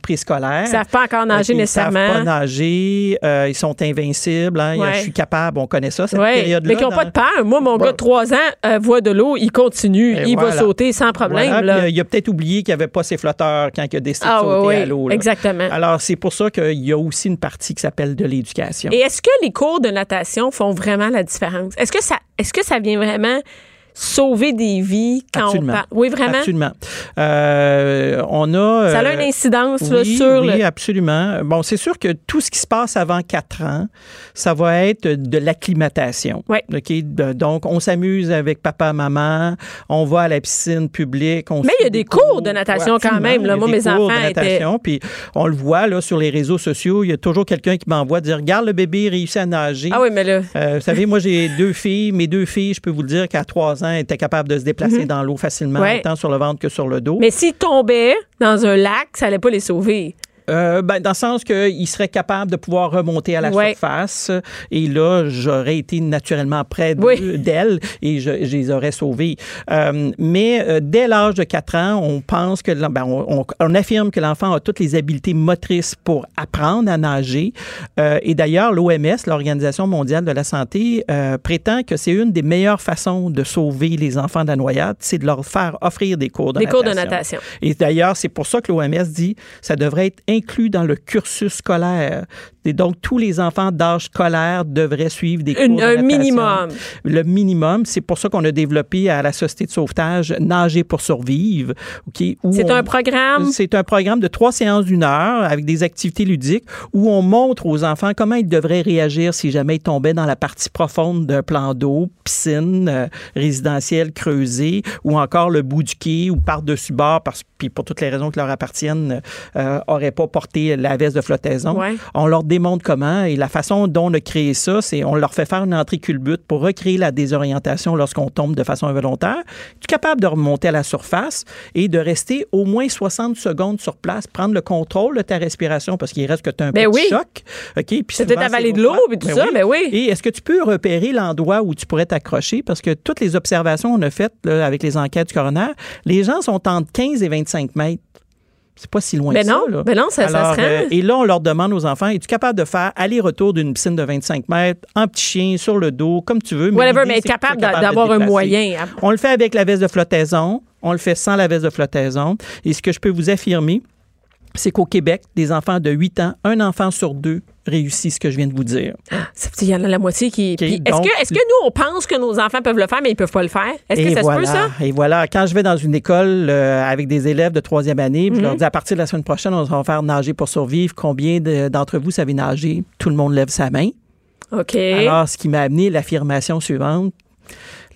[SPEAKER 3] Mm.
[SPEAKER 6] préscolaire. Euh,
[SPEAKER 3] Ils savent pas encore nager
[SPEAKER 6] ils
[SPEAKER 3] nécessairement.
[SPEAKER 6] savent pas nager, euh, ils sont invincibles, hein,
[SPEAKER 3] Ouais.
[SPEAKER 6] je suis capable, on connaît ça, cette
[SPEAKER 3] Oui,
[SPEAKER 6] période-là.
[SPEAKER 3] mais qui n'ont
[SPEAKER 6] dans-
[SPEAKER 3] pas de peur. Moi, mon
[SPEAKER 6] Bon.
[SPEAKER 3] gars de 3 ans euh, voit de l'eau, il continue,
[SPEAKER 6] Et
[SPEAKER 3] il
[SPEAKER 6] voilà.
[SPEAKER 3] va sauter sans problème.
[SPEAKER 6] Voilà,
[SPEAKER 3] là.
[SPEAKER 6] puis, euh, il a peut-être oublié qu'il n'y avait pas ses flotteurs quand il a décidé
[SPEAKER 3] Ah,
[SPEAKER 6] de
[SPEAKER 3] oui,
[SPEAKER 6] sauter
[SPEAKER 3] oui,
[SPEAKER 6] à l'eau. là.
[SPEAKER 3] exactement.
[SPEAKER 6] Alors, c'est pour ça qu'il y a aussi une partie qui s'appelle de l'éducation.
[SPEAKER 3] Et est-ce que les cours de natation font vraiment la différence? Est-ce que ça, est-ce que ça vient vraiment sauver des vies quand
[SPEAKER 6] Absolument.
[SPEAKER 3] on parle? Oui, vraiment?
[SPEAKER 6] Absolument. Euh, on a.
[SPEAKER 3] Ça a
[SPEAKER 6] euh,
[SPEAKER 3] une incidence là,
[SPEAKER 6] Oui,
[SPEAKER 3] sur
[SPEAKER 6] oui,
[SPEAKER 3] le-
[SPEAKER 6] absolument. Bon, c'est sûr que tout ce qui se passe avant 4 ans, ça va être de l'acclimatation.
[SPEAKER 3] Oui.
[SPEAKER 6] OK? De- Donc, on s'amuse avec papa, maman, on va à la piscine publique. On
[SPEAKER 3] Mais il y a
[SPEAKER 6] suit
[SPEAKER 3] des
[SPEAKER 6] beaucoup.
[SPEAKER 3] cours de natation quand
[SPEAKER 6] absolument.
[SPEAKER 3] même, là.
[SPEAKER 6] Il y a
[SPEAKER 3] Moi,
[SPEAKER 6] des
[SPEAKER 3] mes
[SPEAKER 6] cours
[SPEAKER 3] enfants
[SPEAKER 6] de
[SPEAKER 3] étaient-
[SPEAKER 6] natation, Puis on le voit là, sur les réseaux sociaux, il y a toujours quelqu'un qui m'envoie dire Regarde, le bébé réussit à nager.
[SPEAKER 3] Ah oui, mais là,
[SPEAKER 6] Euh, vous savez, moi, j'ai deux filles. Mes deux filles, je peux vous le dire qu'à trois ans, elles étaient capables de se déplacer dans l'eau facilement,
[SPEAKER 3] Mm-hmm. Ouais.
[SPEAKER 6] autant sur le ventre que sur le dos.
[SPEAKER 3] mais s'ils tombaient dans un lac, ça allait pas les sauver.
[SPEAKER 6] Euh, ben, dans le sens qu'ils seraient capables de pouvoir remonter à la
[SPEAKER 3] Ouais.
[SPEAKER 6] surface. euh, Et là, j'aurais été naturellement près de-
[SPEAKER 3] Oui.
[SPEAKER 6] d'elles et je, je les aurais sauvées. Euh, mais euh, dès l'âge de 4 ans, on pense que l'en- ben, on, on- on affirme que l'enfant a toutes les habiletés motrices pour apprendre à nager. Euh, et d'ailleurs, l'OMS, l'Organisation mondiale de la santé, euh, prétend que c'est une des meilleures façons de sauver les enfants de la noyade, c'est de leur faire offrir des cours de
[SPEAKER 3] Des
[SPEAKER 6] natation.
[SPEAKER 3] cours de natation.
[SPEAKER 6] Et d'ailleurs, c'est pour ça que l'OMS dit que ça devrait être inclus dans le cursus scolaire. Et donc, tous les enfants d'âge scolaire devraient suivre des cours
[SPEAKER 3] Une-
[SPEAKER 6] de
[SPEAKER 3] un
[SPEAKER 6] natation.
[SPEAKER 3] minimum.
[SPEAKER 6] Le minimum, c'est pour ça qu'on a développé à la Société de sauvetage Nager pour survivre. OK, où
[SPEAKER 3] C'est
[SPEAKER 6] on-
[SPEAKER 3] un programme.
[SPEAKER 6] c'est un programme de trois séances d'une heure avec des activités ludiques où on montre aux enfants comment ils devraient réagir si jamais ils tombaient dans la partie profonde d'un plan d'eau, piscine, euh, résidentielle creusée ou encore le bout du quai ou par-dessus bord parce puis pour toutes les raisons qui leur appartiennent, euh, auraient pas porté la veste de flottaison.
[SPEAKER 3] Ouais.
[SPEAKER 6] On leur démontre comment et la façon dont on a créé ça, c'est on leur fait faire une entrée culbute pour recréer la désorientation lorsqu'on tombe de façon involontaire. Tu es capable de remonter à la surface et de rester au moins 60 secondes sur place, prendre le contrôle de ta respiration parce qu'il reste que tu as un
[SPEAKER 3] Ben
[SPEAKER 6] petit
[SPEAKER 3] oui.
[SPEAKER 6] choc. OK, puis
[SPEAKER 3] C'est
[SPEAKER 6] souvent,
[SPEAKER 3] peut-être avaler
[SPEAKER 6] c'est
[SPEAKER 3] de l'eau,
[SPEAKER 6] votre-
[SPEAKER 3] puis tout ça, ben oui.
[SPEAKER 6] Et est-ce que tu peux repérer l'endroit où tu pourrais t'accrocher parce que toutes les observations qu'on a faites là, avec les enquêtes du coroner, les gens sont entre 15 et 25 mètres. C'est pas si loin
[SPEAKER 3] Ben
[SPEAKER 6] que
[SPEAKER 3] non,
[SPEAKER 6] ça. là.
[SPEAKER 3] ben non, ça- ça
[SPEAKER 6] Alors, euh,
[SPEAKER 3] se rend.
[SPEAKER 6] et là, on leur demande aux enfants es-tu capable de faire aller-retour d'une piscine de 25 mètres, en petit chien, sur le dos, comme tu veux mais
[SPEAKER 3] Whatever,
[SPEAKER 6] l'idée,
[SPEAKER 3] mais être
[SPEAKER 6] c'est que tu
[SPEAKER 3] capable
[SPEAKER 6] sois de
[SPEAKER 3] d'avoir
[SPEAKER 6] te
[SPEAKER 3] un
[SPEAKER 6] déplacer.
[SPEAKER 3] moyen.
[SPEAKER 6] On le fait avec la veste de flottaison on le fait sans la veste de flottaison. Et ce que je peux vous affirmer, c'est qu'au Québec, des enfants de 8 ans, un enfant sur deux réussit ce que je viens de vous dire.
[SPEAKER 3] Ça veut dire qu'il y en a la moitié qui. Puis Est-ce
[SPEAKER 6] donc-
[SPEAKER 3] que, est que nous, on pense que nos enfants peuvent le faire, mais ils peuvent pas le faire? Est-ce que
[SPEAKER 6] Et
[SPEAKER 3] ça se
[SPEAKER 6] voilà,
[SPEAKER 3] peut, ça?
[SPEAKER 6] Et voilà, quand je vais dans une école euh, avec des élèves de troisième année, puis je
[SPEAKER 3] Mhm.
[SPEAKER 6] leur dis à partir de la semaine prochaine, on va vous faire nager pour survivre. Combien de- d'entre vous savez nager? Tout le monde lève sa main.
[SPEAKER 3] OK.
[SPEAKER 6] Alors, ce qui m'a amené l'affirmation suivante.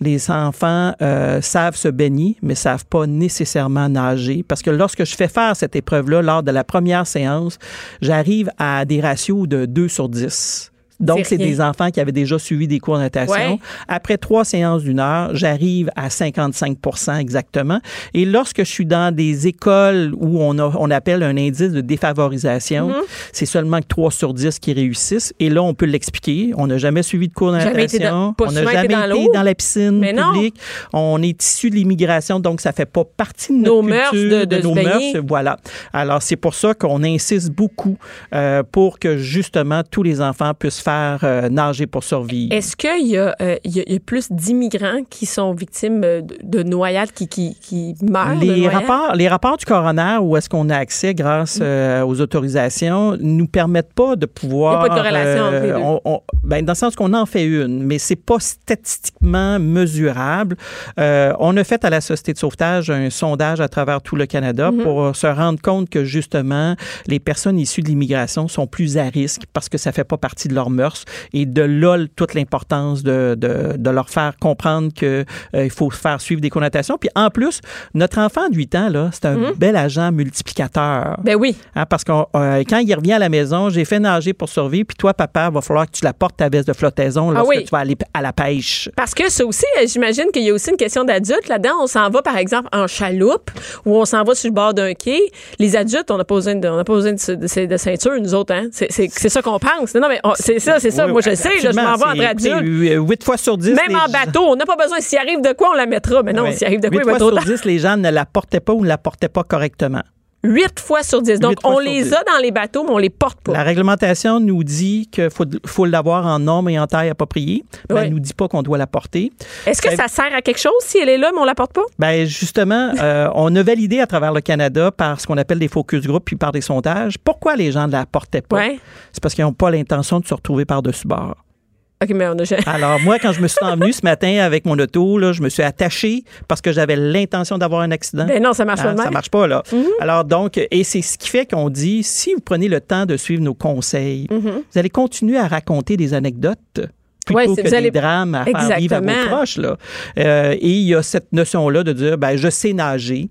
[SPEAKER 6] Les enfants euh, savent se baigner, mais savent pas nécessairement nager. Parce que lorsque je fais faire cette épreuve-là, lors de la première séance, j'arrive à des ratios de 2 sur 10. Donc,
[SPEAKER 3] C'est
[SPEAKER 6] c'est
[SPEAKER 3] rien.
[SPEAKER 6] des enfants qui avaient déjà suivi des cours de natation.
[SPEAKER 3] Ouais.
[SPEAKER 6] Après trois séances d'une heure, j'arrive à 55 exactement. Et lorsque je suis dans des écoles où on, a- on appelle un indice de défavorisation,
[SPEAKER 3] Mm-hmm.
[SPEAKER 6] c'est seulement que 3 sur 10 qui réussissent. Et là, on peut l'expliquer. On n'a jamais suivi de cours de
[SPEAKER 3] Jamais été dans-
[SPEAKER 6] natation.
[SPEAKER 3] pas
[SPEAKER 6] on
[SPEAKER 3] souvent
[SPEAKER 6] n'a
[SPEAKER 3] été
[SPEAKER 6] jamais
[SPEAKER 3] dans
[SPEAKER 6] été
[SPEAKER 3] l'eau.
[SPEAKER 6] dans la piscine
[SPEAKER 3] Mais non.
[SPEAKER 6] publique. On est issu de l'immigration, donc ça fait pas partie de
[SPEAKER 3] Nos
[SPEAKER 6] notre
[SPEAKER 3] mœurs
[SPEAKER 6] culture,
[SPEAKER 3] de- de se
[SPEAKER 6] nos
[SPEAKER 3] baigner.
[SPEAKER 6] mœurs. Voilà. Alors, c'est pour ça qu'on insiste beaucoup euh, pour que justement tous les enfants puissent faire euh, nager pour survivre.
[SPEAKER 3] Est-ce qu'il y, a, euh, il y a- il y a plus d'immigrants qui sont victimes euh, de, de noyades, qui, qui, qui meurent? de
[SPEAKER 6] Les
[SPEAKER 3] noyades?
[SPEAKER 6] rapports, les rapports du coroner où est-ce qu'on a accès
[SPEAKER 3] Mm.
[SPEAKER 6] grâce euh, aux autorisations nous permettent pas de
[SPEAKER 3] Il
[SPEAKER 6] pouvoir.
[SPEAKER 3] y a pas de corrélation entre les deux.
[SPEAKER 6] on- on- ben, dans le sens qu'on en fait une, mais c'est pas statistiquement mesurable. Euh, on a fait à la société de sauvetage un sondage à travers tout le Canada pour se rendre compte que justement les personnes issues de l'immigration sont plus à risque parce que ça fait pas partie de leur mœurs. Et de là, toute l'importance de, de, de leur faire comprendre qu'il faut faire suivre des connotations. Puis en plus, notre enfant de 8 ans, là, c'est un bel agent multiplicateur.
[SPEAKER 3] Ben oui.
[SPEAKER 6] Hein, parce que quand il revient à la maison, j'ai fait nager pour survivre, puis toi, papa, va falloir que tu la portes ta veste de flottaison
[SPEAKER 3] Ah
[SPEAKER 6] lorsque
[SPEAKER 3] oui.
[SPEAKER 6] tu vas aller p- à la pêche.
[SPEAKER 3] Parce que ça aussi, euh, j'imagine qu'il y a aussi une question d'adultes là-dedans. On s'en va, par exemple, en chaloupe ou on s'en va sur le bord d'un quai. Les adultes, on n'a pas besoin de, on a pas besoin de, ce- de ce- de ceinture, nous autres. Hein? C'est- C'est c'est ça qu'on pense. Non, mais on- c'est ça, c'est ça.
[SPEAKER 6] Oui,
[SPEAKER 3] Moi, je le
[SPEAKER 6] oui,
[SPEAKER 3] sais, là, je
[SPEAKER 6] absolument.
[SPEAKER 3] m'en vais entre
[SPEAKER 6] C'est-
[SPEAKER 3] adultes.
[SPEAKER 6] écoutez, euh, huit fois sur 10.
[SPEAKER 3] Même en bateau, on n'a pas besoin. S'il arrive de quoi, on la mettra. Mais non, s'il arrive de quoi, il va être
[SPEAKER 6] fois sur
[SPEAKER 3] autant.
[SPEAKER 6] 10, les gens ne la portaient pas ou ne la portaient pas correctement.
[SPEAKER 3] Huit fois sur dix. Donc,
[SPEAKER 6] Huit fois
[SPEAKER 3] on
[SPEAKER 6] sur
[SPEAKER 3] les
[SPEAKER 6] dix.
[SPEAKER 3] a dans les bateaux, mais on les porte pas.
[SPEAKER 6] La réglementation nous dit qu'il faut, faut l'avoir en nombre et en taille appropriée, mais
[SPEAKER 3] Ouais.
[SPEAKER 6] elle nous dit pas qu'on doit la porter.
[SPEAKER 3] Est-ce que
[SPEAKER 6] Ben-
[SPEAKER 3] ça sert à quelque chose si elle est là, mais on la porte pas?
[SPEAKER 6] Ben justement, euh, on a validé à travers le Canada par ce qu'on appelle des focus groups puis par des sondages. Pourquoi les gens ne la portaient pas
[SPEAKER 3] Ouais.
[SPEAKER 6] C'est parce qu'ils n'ont pas l'intention de se retrouver par-dessus bord.
[SPEAKER 3] OK, mais on a.
[SPEAKER 6] Alors moi, quand je me suis envenue ce matin avec mon auto, là, je me suis attachée parce que j'avais l'intention d'avoir un accident.
[SPEAKER 3] Ben non, ça marche Mm-hmm. pas
[SPEAKER 6] Hein,
[SPEAKER 3] de
[SPEAKER 6] ça
[SPEAKER 3] même.
[SPEAKER 6] marche pas là. Alors donc, et c'est ce qui fait qu'on dit, si vous prenez le temps de suivre nos conseils, vous allez continuer à raconter des anecdotes plutôt
[SPEAKER 3] Mm-hmm. Ouais, c'est-
[SPEAKER 6] que
[SPEAKER 3] vous
[SPEAKER 6] des
[SPEAKER 3] allez-
[SPEAKER 6] drames à faire vivre à vos
[SPEAKER 3] Exactement.
[SPEAKER 6] proches là. Euh, et il y a cette notion là de dire, ben je sais nager.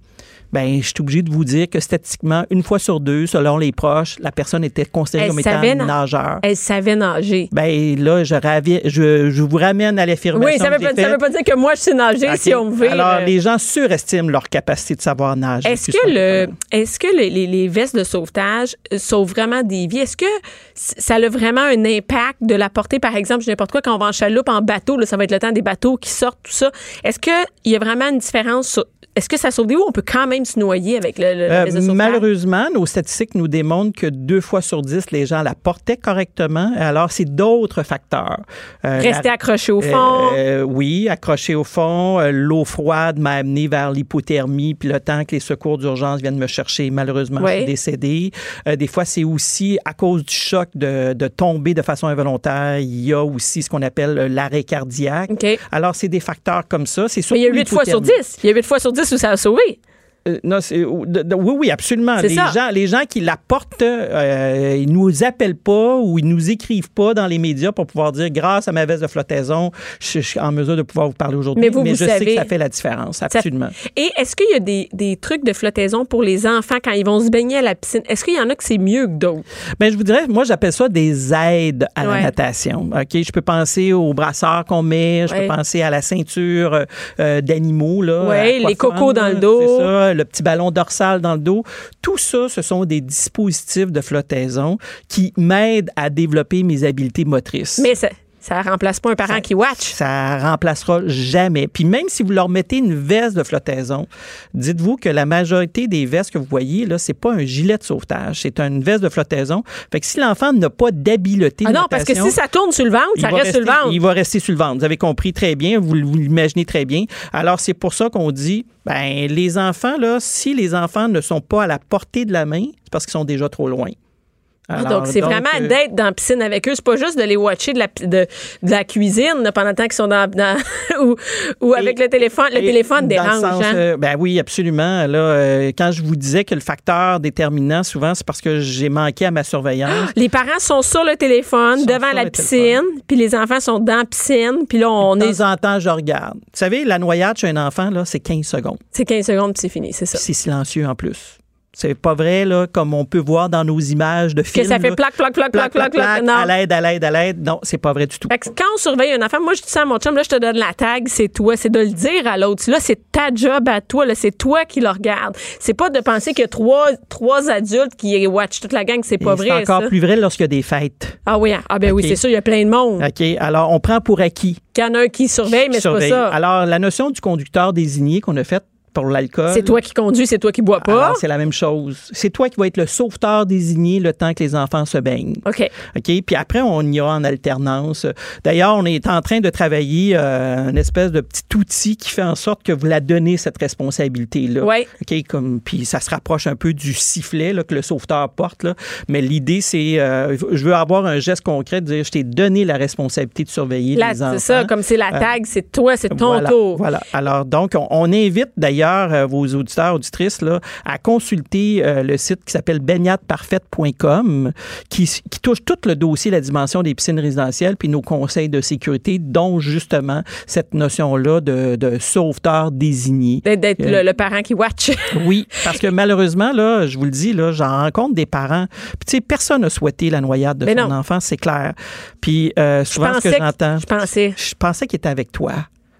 [SPEAKER 6] Ben, je suis obligé de vous dire que statistiquement, une fois sur deux, selon les proches, la personne était considérée
[SPEAKER 3] Elle
[SPEAKER 6] comme étant
[SPEAKER 3] savait na-
[SPEAKER 6] nageur.
[SPEAKER 3] Elle savait nager.
[SPEAKER 6] Ben là, je, ravi- je, je vous ramène à l'affirmation.
[SPEAKER 3] Oui, ça
[SPEAKER 6] que
[SPEAKER 3] veut, pas,
[SPEAKER 6] j'ai
[SPEAKER 3] ça veut
[SPEAKER 6] faite.
[SPEAKER 3] pas dire que moi, je sais nager
[SPEAKER 6] OK.
[SPEAKER 3] si on veut.
[SPEAKER 6] Alors,
[SPEAKER 3] euh,
[SPEAKER 6] les gens surestiment leur capacité de savoir nager.
[SPEAKER 3] Est-ce
[SPEAKER 6] C'est
[SPEAKER 3] que,
[SPEAKER 6] ça
[SPEAKER 3] le,
[SPEAKER 6] problème.
[SPEAKER 3] est-ce que les, les- les vestes de sauvetage euh, sauvent vraiment des vies? Est-ce que c- ça a vraiment un impact de la portée, par exemple, je dis n'importe quoi, quand on va en chaloupe, en bateau, là, ça va être le temps des bateaux qui sortent, tout ça. Est-ce qu'il y a vraiment une différence? sur- est-ce que ça sauve des vies ou on peut quand même se noyer avec le, le- la
[SPEAKER 6] Euh,
[SPEAKER 3] veste de sauvetage?
[SPEAKER 6] malheureusement, nos statistiques nous démontrent que deux fois sur dix, les gens la portaient correctement. Alors, c'est d'autres facteurs. Euh,
[SPEAKER 3] Rester
[SPEAKER 6] la-
[SPEAKER 3] accroché au fond.
[SPEAKER 6] Euh, euh, oui, accroché au fond. Euh, L'eau froide m'a amené vers l'hypothermie, puis le temps que les secours d'urgence viennent me chercher, malheureusement, je
[SPEAKER 3] Ouais.
[SPEAKER 6] suis décédé. Euh, des fois, c'est aussi à cause du choc de, de tomber de façon involontaire. Il y a aussi ce qu'on appelle euh, l'arrêt cardiaque.
[SPEAKER 3] OK.
[SPEAKER 6] Alors, c'est des facteurs comme ça. C'est
[SPEAKER 3] Mais il y a
[SPEAKER 6] surtout
[SPEAKER 3] 8 fois sur
[SPEAKER 6] l'hypothermie.
[SPEAKER 3] 10. Il y a 8 fois sur 10 où ça a sauvé.
[SPEAKER 6] Euh, non, c'est- ou- de- de- oui, oui, absolument.
[SPEAKER 3] C'est
[SPEAKER 6] Les
[SPEAKER 3] ça.
[SPEAKER 6] gens, les gens qui la portent, euh, ils nous appellent pas ou ils nous écrivent pas dans les médias pour pouvoir dire grâce à ma veste de flottaison, je, je suis en mesure de pouvoir vous parler aujourd'hui.
[SPEAKER 3] Mais vous, vous
[SPEAKER 6] je sais
[SPEAKER 3] savez.
[SPEAKER 6] que ça fait la différence,
[SPEAKER 3] Ça-
[SPEAKER 6] absolument.
[SPEAKER 3] Et est-ce qu'il y a des, des trucs de flottaison pour les enfants quand ils vont se baigner à la piscine? Est-ce qu'il y en a que c'est mieux que d'autres?
[SPEAKER 6] Ben, je vous dirais, moi, j'appelle ça des aides à la
[SPEAKER 3] Ouais.
[SPEAKER 6] natation. Ok, je peux penser aux brassards qu'on met, je
[SPEAKER 3] Ouais.
[SPEAKER 6] peux penser à la ceinture euh, euh, d'animaux là,
[SPEAKER 3] Ouais,
[SPEAKER 6] à
[SPEAKER 3] les
[SPEAKER 6] Aquafun,
[SPEAKER 3] cocos dans
[SPEAKER 6] là,
[SPEAKER 3] le dos.
[SPEAKER 6] c'est ça, le petit ballon dorsal dans le dos. Tout ça, ce sont des dispositifs de flottaison qui m'aident à développer mes habiletés motrices.
[SPEAKER 3] Mais ça, ça remplace pas un parent qui watch.
[SPEAKER 6] Ça remplacera jamais. Puis même si vous leur mettez une veste de flottaison, dites-vous que la majorité des vestes que vous voyez, là, c'est pas un gilet de sauvetage, c'est une veste de flottaison. Fait que si l'enfant n'a pas d'habileté
[SPEAKER 3] Ah
[SPEAKER 6] de
[SPEAKER 3] non, parce que
[SPEAKER 6] natation,
[SPEAKER 3] si ça tourne sur le ventre,
[SPEAKER 6] il
[SPEAKER 3] ça
[SPEAKER 6] va
[SPEAKER 3] reste sur le
[SPEAKER 6] rester-
[SPEAKER 3] ventre.
[SPEAKER 6] Il va rester sur le ventre. Vous avez compris très bien, vous, l- vous l'imaginez très bien. Alors, c'est pour ça qu'on dit, ben, les enfants, là, si les enfants ne sont pas à la portée de la main, c'est parce qu'ils sont déjà trop loin.
[SPEAKER 3] Ah,
[SPEAKER 6] Alors,
[SPEAKER 3] donc, c'est vraiment
[SPEAKER 6] euh,
[SPEAKER 3] d'être dans la piscine avec eux. C'est pas juste de les watcher de la, pi- de, de la cuisine là, pendant le temps qu'ils sont dans. dans- ou, ou avec
[SPEAKER 6] Et-
[SPEAKER 3] le téléphone. Le
[SPEAKER 6] Et
[SPEAKER 3] téléphone
[SPEAKER 6] dans le
[SPEAKER 3] dérange.
[SPEAKER 6] sens,
[SPEAKER 3] hein.
[SPEAKER 6] euh, ben oui, absolument. Là, euh, quand je vous disais que le facteur déterminant, souvent, c'est parce que j'ai manqué à ma surveillance.
[SPEAKER 3] Les parents sont sur le téléphone,
[SPEAKER 6] Sont
[SPEAKER 3] devant
[SPEAKER 6] sur
[SPEAKER 3] la
[SPEAKER 6] le téléphone.
[SPEAKER 3] piscine, puis les enfants sont dans la piscine, puis là, on
[SPEAKER 6] De
[SPEAKER 3] est.
[SPEAKER 6] temps en temps, je regarde. Vous savez, la noyade chez un enfant, là, c'est 15 secondes.
[SPEAKER 3] C'est 15 secondes, puis c'est fini, c'est ça.
[SPEAKER 6] Puis C'est silencieux en plus. C'est pas vrai, là, comme on peut voir dans nos images de
[SPEAKER 3] Que
[SPEAKER 6] films.
[SPEAKER 3] ça fait
[SPEAKER 6] là.
[SPEAKER 3] plaque, plaque, plaque, plaque, plaque, plaque. Non.
[SPEAKER 6] à l'aide, à l'aide, à l'aide. Non, c'est pas vrai du tout.
[SPEAKER 3] Fait que quand on surveille un enfant, moi, je dis ça à mon chum, là, je te donne la tag, c'est toi. C'est de le dire à l'autre. Là, c'est ta job à toi. Là, c'est toi qui le regarde. C'est pas de penser qu'il y a trois, trois adultes qui watch toute la gang. C'est pas
[SPEAKER 6] Et
[SPEAKER 3] vrai,
[SPEAKER 6] C'est encore
[SPEAKER 3] ça.
[SPEAKER 6] plus vrai lorsqu'il y a des fêtes.
[SPEAKER 3] Ah oui, hein. ah ben oui,
[SPEAKER 6] Ok.
[SPEAKER 3] c'est sûr, il y a plein de monde.
[SPEAKER 6] OK? Alors, on prend pour acquis.
[SPEAKER 3] Il y en a un qui surveille, mais c'est pas
[SPEAKER 6] Surveille.
[SPEAKER 3] ça.
[SPEAKER 6] Alors, la notion du conducteur désigné qu'on a faite pour l'alcool.
[SPEAKER 3] C'est toi qui conduis, c'est toi qui bois pas.
[SPEAKER 6] Alors, c'est la même chose. C'est toi qui vas être le sauveteur désigné le temps que les enfants se baignent.
[SPEAKER 3] OK.
[SPEAKER 6] OK? Puis après, on y a en alternance. D'ailleurs, on est en train de travailler euh, une espèce de petit outil qui fait en sorte que vous la donnez, cette responsabilité-là.
[SPEAKER 3] Ouais.
[SPEAKER 6] OK? Comme, puis ça se rapproche un peu du sifflet là, que le sauveteur porte. là. Mais l'idée, c'est euh, je veux avoir un geste concret, de dire je t'ai donné la responsabilité de surveiller
[SPEAKER 3] Là,
[SPEAKER 6] les enfants.
[SPEAKER 3] C'est ça, comme c'est la
[SPEAKER 6] Euh,
[SPEAKER 3] tag, c'est toi, c'est ton
[SPEAKER 6] voilà,
[SPEAKER 3] tour.
[SPEAKER 6] Voilà. Alors, donc, on, on invite d'ailleurs euh, vos auditeurs, auditrices, là, à consulter euh, le site qui s'appelle baignadeparfaite.com qui, qui touche tout le dossier, la dimension des piscines résidentielles, puis nos conseils de sécurité, dont justement cette notion-là de, de sauveteur désigné.
[SPEAKER 3] D'être d'être
[SPEAKER 6] Euh,
[SPEAKER 3] le, le parent qui watch.
[SPEAKER 6] Oui, parce que malheureusement, là, je vous le dis, là, j'en rencontre des parents. Puis, tu sais, personne n'a souhaité la noyade de
[SPEAKER 3] Mais
[SPEAKER 6] son
[SPEAKER 3] non.
[SPEAKER 6] enfant, c'est clair. Puis, euh, souvent, ce que
[SPEAKER 3] pensais que-
[SPEAKER 6] j'entends.
[SPEAKER 3] je pensais.
[SPEAKER 6] Je pensais qu'il était avec toi.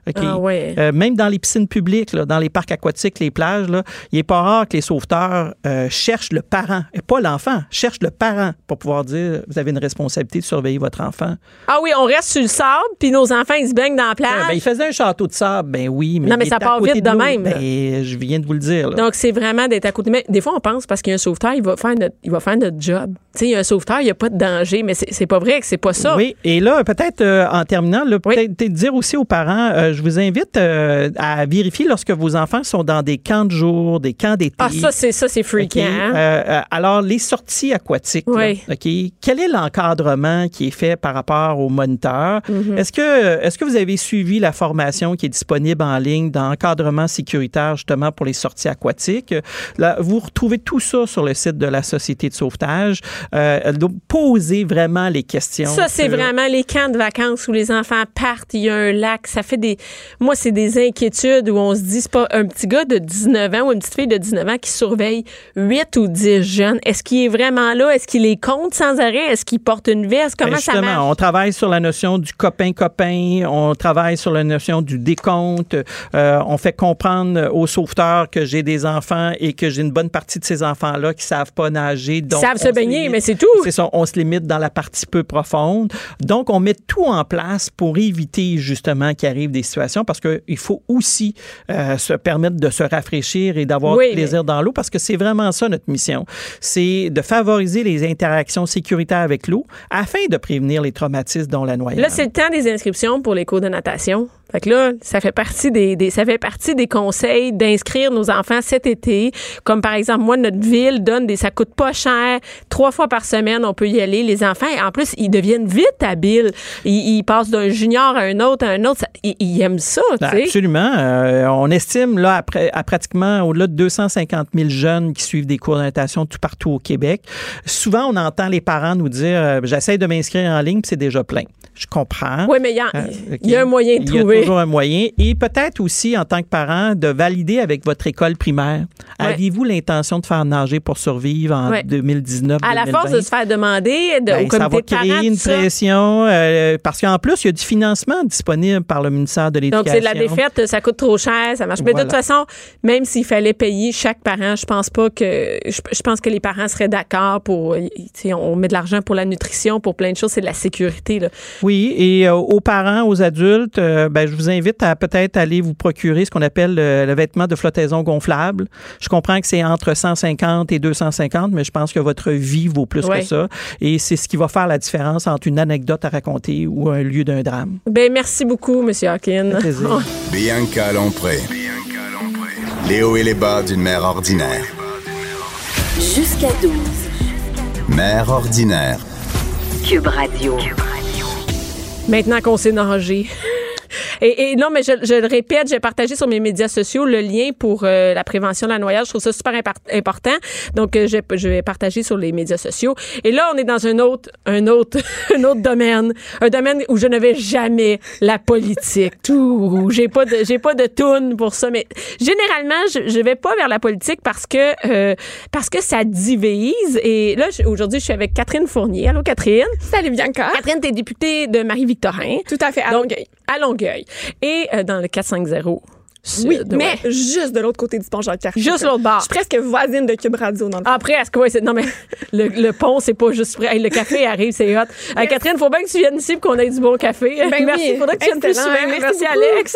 [SPEAKER 6] OK.
[SPEAKER 3] Ah ouais.
[SPEAKER 6] Euh, même dans les piscines publiques, là, dans les parcs aquatiques, les plages, là, il n'est pas rare que les sauveteurs euh, cherchent le parent, et pas l'enfant, cherchent le parent pour pouvoir dire vous avez une responsabilité de surveiller votre enfant.
[SPEAKER 3] Ah oui, on reste sur le sable, puis nos enfants, ils se baignent dans la
[SPEAKER 6] Ah,
[SPEAKER 3] plage.
[SPEAKER 6] ben, il faisait un château de sable, ben oui, mais,
[SPEAKER 3] Non, mais
[SPEAKER 6] il
[SPEAKER 3] ça
[SPEAKER 6] était à
[SPEAKER 3] part
[SPEAKER 6] côté
[SPEAKER 3] vite
[SPEAKER 6] de
[SPEAKER 3] de
[SPEAKER 6] l'eau.
[SPEAKER 3] même, là.
[SPEAKER 6] Ben, je viens de vous le dire. là.
[SPEAKER 3] Donc, c'est vraiment d'être à côté. Mais des fois, on pense parce qu'il y a un sauveteur, il va faire notre, il va faire notre job. Tu sais, il y a un sauveteur, il n'y a pas de danger, mais c'est c'est pas vrai que c'est pas ça.
[SPEAKER 6] Oui, et là, peut-être euh, en terminant, là,
[SPEAKER 3] Oui.
[SPEAKER 6] peut-être dire aussi aux parents, euh, je vous invite euh, à vérifier lorsque vos enfants sont dans des camps de jour, des camps d'été.
[SPEAKER 3] Ah, ça, c'est ça, c'est hein?
[SPEAKER 6] OK,
[SPEAKER 3] freaking.
[SPEAKER 6] euh, euh, alors, les sorties aquatiques, là,
[SPEAKER 3] Oui.
[SPEAKER 6] OK, quel est l'encadrement qui est fait par rapport au moniteur?
[SPEAKER 3] Mm-hmm.
[SPEAKER 6] Est-ce que, est ce que vous avez suivi la formation qui est disponible en ligne d'encadrement sécuritaire, justement, pour les sorties aquatiques? Là, vous retrouvez tout ça sur le site de la Société de sauvetage. Euh, donc, posez vraiment les questions.
[SPEAKER 3] Ça, c'est
[SPEAKER 6] sur-
[SPEAKER 3] vraiment les camps de vacances où les enfants partent, il y a un lac, ça fait des... Moi, c'est des inquiétudes où on se dit, c'est pas un petit gars de 19 ans ou une petite fille de 19 ans qui surveille 8 ou 10 jeunes. Est-ce qu'il est vraiment là? Est-ce qu'il les compte sans arrêt? Est-ce qu'il porte une veste? Comment
[SPEAKER 6] Ben,
[SPEAKER 3] ça
[SPEAKER 6] justement,
[SPEAKER 3] marche?
[SPEAKER 6] on travaille sur la notion du copain-copain, on travaille sur la notion du décompte, euh, on fait comprendre aux sauveteurs que j'ai des enfants et que j'ai une bonne partie de ces enfants-là qui savent pas nager. Donc
[SPEAKER 3] savent se
[SPEAKER 6] on
[SPEAKER 3] baigner,
[SPEAKER 6] limite-
[SPEAKER 3] mais c'est tout.
[SPEAKER 6] C'est ça, on se limite dans la partie peu profonde. Donc, on met tout en place pour éviter justement qu'il arrive des situations parce qu'il faut aussi euh, se permettre de se rafraîchir et d'avoir
[SPEAKER 3] Oui,
[SPEAKER 6] du plaisir dans l'eau parce que c'est vraiment ça notre mission. C'est de favoriser les interactions sécuritaires avec l'eau afin de prévenir les traumatismes dont la noyade.
[SPEAKER 3] Là, c'est le temps des inscriptions pour les cours de natation. Fait que là, ça fait partie des, des- ça fait partie des conseils d'inscrire nos enfants cet été. Comme par exemple, moi, notre ville donne des, ça coûte pas cher. Trois fois par semaine, on peut y aller. Les enfants, en plus, ils deviennent vite habiles. Ils, ils passent d'un junior à un autre, à un autre. Ça- ils, ils aiment ça,
[SPEAKER 6] Ben,
[SPEAKER 3] tu sais.
[SPEAKER 6] Absolument. Euh, on estime là, après, à pratiquement au-delà de 250 000 jeunes qui suivent des cours de natation tout partout au Québec. Souvent, on entend les parents nous dire euh, J'essaie de m'inscrire en ligne, puis c'est déjà plein. Je comprends.
[SPEAKER 3] Oui, mais il y, a-
[SPEAKER 6] Ah,
[SPEAKER 3] il y a
[SPEAKER 6] ok.
[SPEAKER 3] un moyen de
[SPEAKER 6] Il y a
[SPEAKER 3] trouver.
[SPEAKER 6] toujours un moyen. Et peut-être aussi, en tant que parent, de valider avec votre école primaire.
[SPEAKER 3] Ouais.
[SPEAKER 6] Avez-vous l'intention de faire nager pour survivre en
[SPEAKER 3] Ouais.
[SPEAKER 6] 2019
[SPEAKER 3] À la force de se faire demander de- au
[SPEAKER 6] ben, ça va
[SPEAKER 3] comité de
[SPEAKER 6] créer
[SPEAKER 3] parents,
[SPEAKER 6] une
[SPEAKER 3] tout ça.
[SPEAKER 6] pression euh, parce qu'en plus, il y a du financement disponible par le ministère de l'Éducation.
[SPEAKER 3] Donc, c'est de la défaite, ça coûte trop cher, ça marche. Mais
[SPEAKER 6] Voilà.
[SPEAKER 3] de toute façon, même s'il fallait payer chaque parent, je pense pas que. Je, je pense que les parents seraient d'accord pour. tu sais, on met de l'argent pour la nutrition, pour plein de choses, c'est de la sécurité, là.
[SPEAKER 6] Oui, et euh, aux parents, aux adultes, euh, ben, je vous invite à peut-être aller vous procurer ce qu'on appelle euh, le, vêtement de flottaison gonflable. Je comprends que c'est entre 150 et 250, mais je pense que votre vie vaut plus
[SPEAKER 3] Ouais.
[SPEAKER 6] que ça. Et c'est ce qui va faire la différence entre une anecdote à raconter ou un lieu d'un drame.
[SPEAKER 3] Ben, merci beaucoup, Monsieur Hawkins.
[SPEAKER 6] plaisir.
[SPEAKER 2] Bianca Lompré. Les hauts et les bas d'une mère ordinaire.
[SPEAKER 1] Jusqu'à 12.
[SPEAKER 2] Mère ordinaire.
[SPEAKER 1] Cube Radio.
[SPEAKER 3] Maintenant qu'on sait nager. Et, et non, mais je, je le répète, j'ai partagé sur mes médias sociaux le lien pour euh, la prévention de la noyade. Je trouve ça super impar- important. Donc, euh, je, je vais partager sur les médias sociaux. Et là, on est dans un autre, un autre, un autre domaine, un domaine où je ne vais jamais la politique. Tout, j'ai pas de, j'ai pas de toune pour ça. Mais généralement, je, je vais pas vers la politique parce que euh, parce que ça divise. Et là, je- aujourd'hui, je suis avec Catherine Fournier. Allô, Catherine.
[SPEAKER 7] Salut Bianca.
[SPEAKER 3] Catherine, t'es députée de Marie-Victorin.
[SPEAKER 7] Tout à fait. à
[SPEAKER 3] Donc,
[SPEAKER 7] Longueuil.
[SPEAKER 3] à Longueuil. Et euh, dans le 450 Sud.
[SPEAKER 7] oui,
[SPEAKER 3] ouais.
[SPEAKER 7] mais juste de l'autre côté du pont Jean-Pierre.
[SPEAKER 3] Juste
[SPEAKER 7] Chacun.
[SPEAKER 3] l'autre
[SPEAKER 7] Je
[SPEAKER 3] bord.
[SPEAKER 7] suis presque voisine de Cube Radio dans le
[SPEAKER 3] Après, est-ce que ouais, c'est- non mais le, le pont c'est pas juste prêt. Hey, le café arrive, c'est hot. Euh, Catherine, faut bien que tu viennes ici pour qu'on ait du bon café.
[SPEAKER 7] Ben oui,
[SPEAKER 3] merci, faudrait que tu viennes plus souvent.
[SPEAKER 7] excellent.
[SPEAKER 3] Merci,
[SPEAKER 7] Merci beaucoup.
[SPEAKER 3] Alex.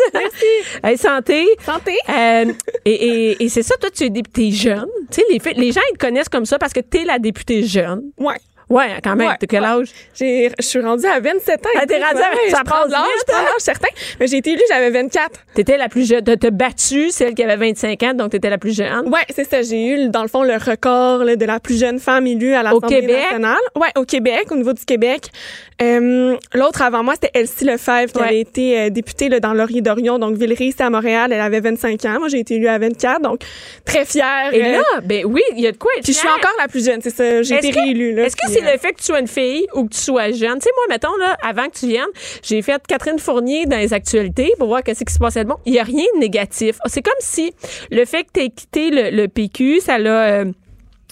[SPEAKER 3] Merci. santé.
[SPEAKER 7] Santé.
[SPEAKER 3] Euh, et et- et c'est ça, toi tu es députée jeune. Tu sais les, filles- les gens ils te connaissent comme ça parce que t'es la députée jeune.
[SPEAKER 7] Ouais.
[SPEAKER 3] Ouais, quand même.
[SPEAKER 7] Ouais,
[SPEAKER 3] T'as quel
[SPEAKER 7] ouais.
[SPEAKER 3] âge?
[SPEAKER 7] J'ai- Je suis rendue à 27 ans.
[SPEAKER 3] Ah, t'es rendue à-
[SPEAKER 7] Ouais,
[SPEAKER 3] ça
[SPEAKER 7] je prends
[SPEAKER 3] passe
[SPEAKER 7] de l'âge,
[SPEAKER 3] vite,
[SPEAKER 7] je prends
[SPEAKER 3] hein?
[SPEAKER 7] de l'âge, certain. Mais j'ai été élue, j'avais 24.
[SPEAKER 3] T'étais la plus jeune. T'as t'as battu celle qui avait 25 ans, donc t'étais la plus jeune.
[SPEAKER 7] Ouais, c'est ça. J'ai eu, dans le fond, le record là, de la plus jeune femme élue à l'Assemblée
[SPEAKER 3] Québec?
[SPEAKER 7] nationale. Ouais, au Québec, au niveau du Québec. Euh, L'autre avant moi, c'était Elsie Lefebvre, qui
[SPEAKER 3] Ouais.
[SPEAKER 7] avait été euh, députée là, dans Laurier d'Orion, donc Villeray, c'est à Montréal. Elle avait 25 ans. Moi, j'ai été élue à 24, donc très fière.
[SPEAKER 3] Et
[SPEAKER 7] euh,
[SPEAKER 3] là, ben oui, il y a de quoi être
[SPEAKER 7] puis je suis
[SPEAKER 3] fière.
[SPEAKER 7] encore la plus jeune, c'est ça. J'ai
[SPEAKER 3] Est-ce
[SPEAKER 7] été
[SPEAKER 3] que-
[SPEAKER 7] réélue. là,
[SPEAKER 3] Est-ce que
[SPEAKER 7] puis,
[SPEAKER 3] c'est
[SPEAKER 7] euh,
[SPEAKER 3] le fait que tu sois une fille ou que tu sois jeune? Tu sais, moi, mettons, là, avant que tu viennes, j'ai fait Catherine Fournier dans les actualités pour voir qu'est-ce qui se passait de bon. Il n'y a rien de négatif. C'est comme si le fait que tu aies quitté le, le PQ, ça l'a. euh,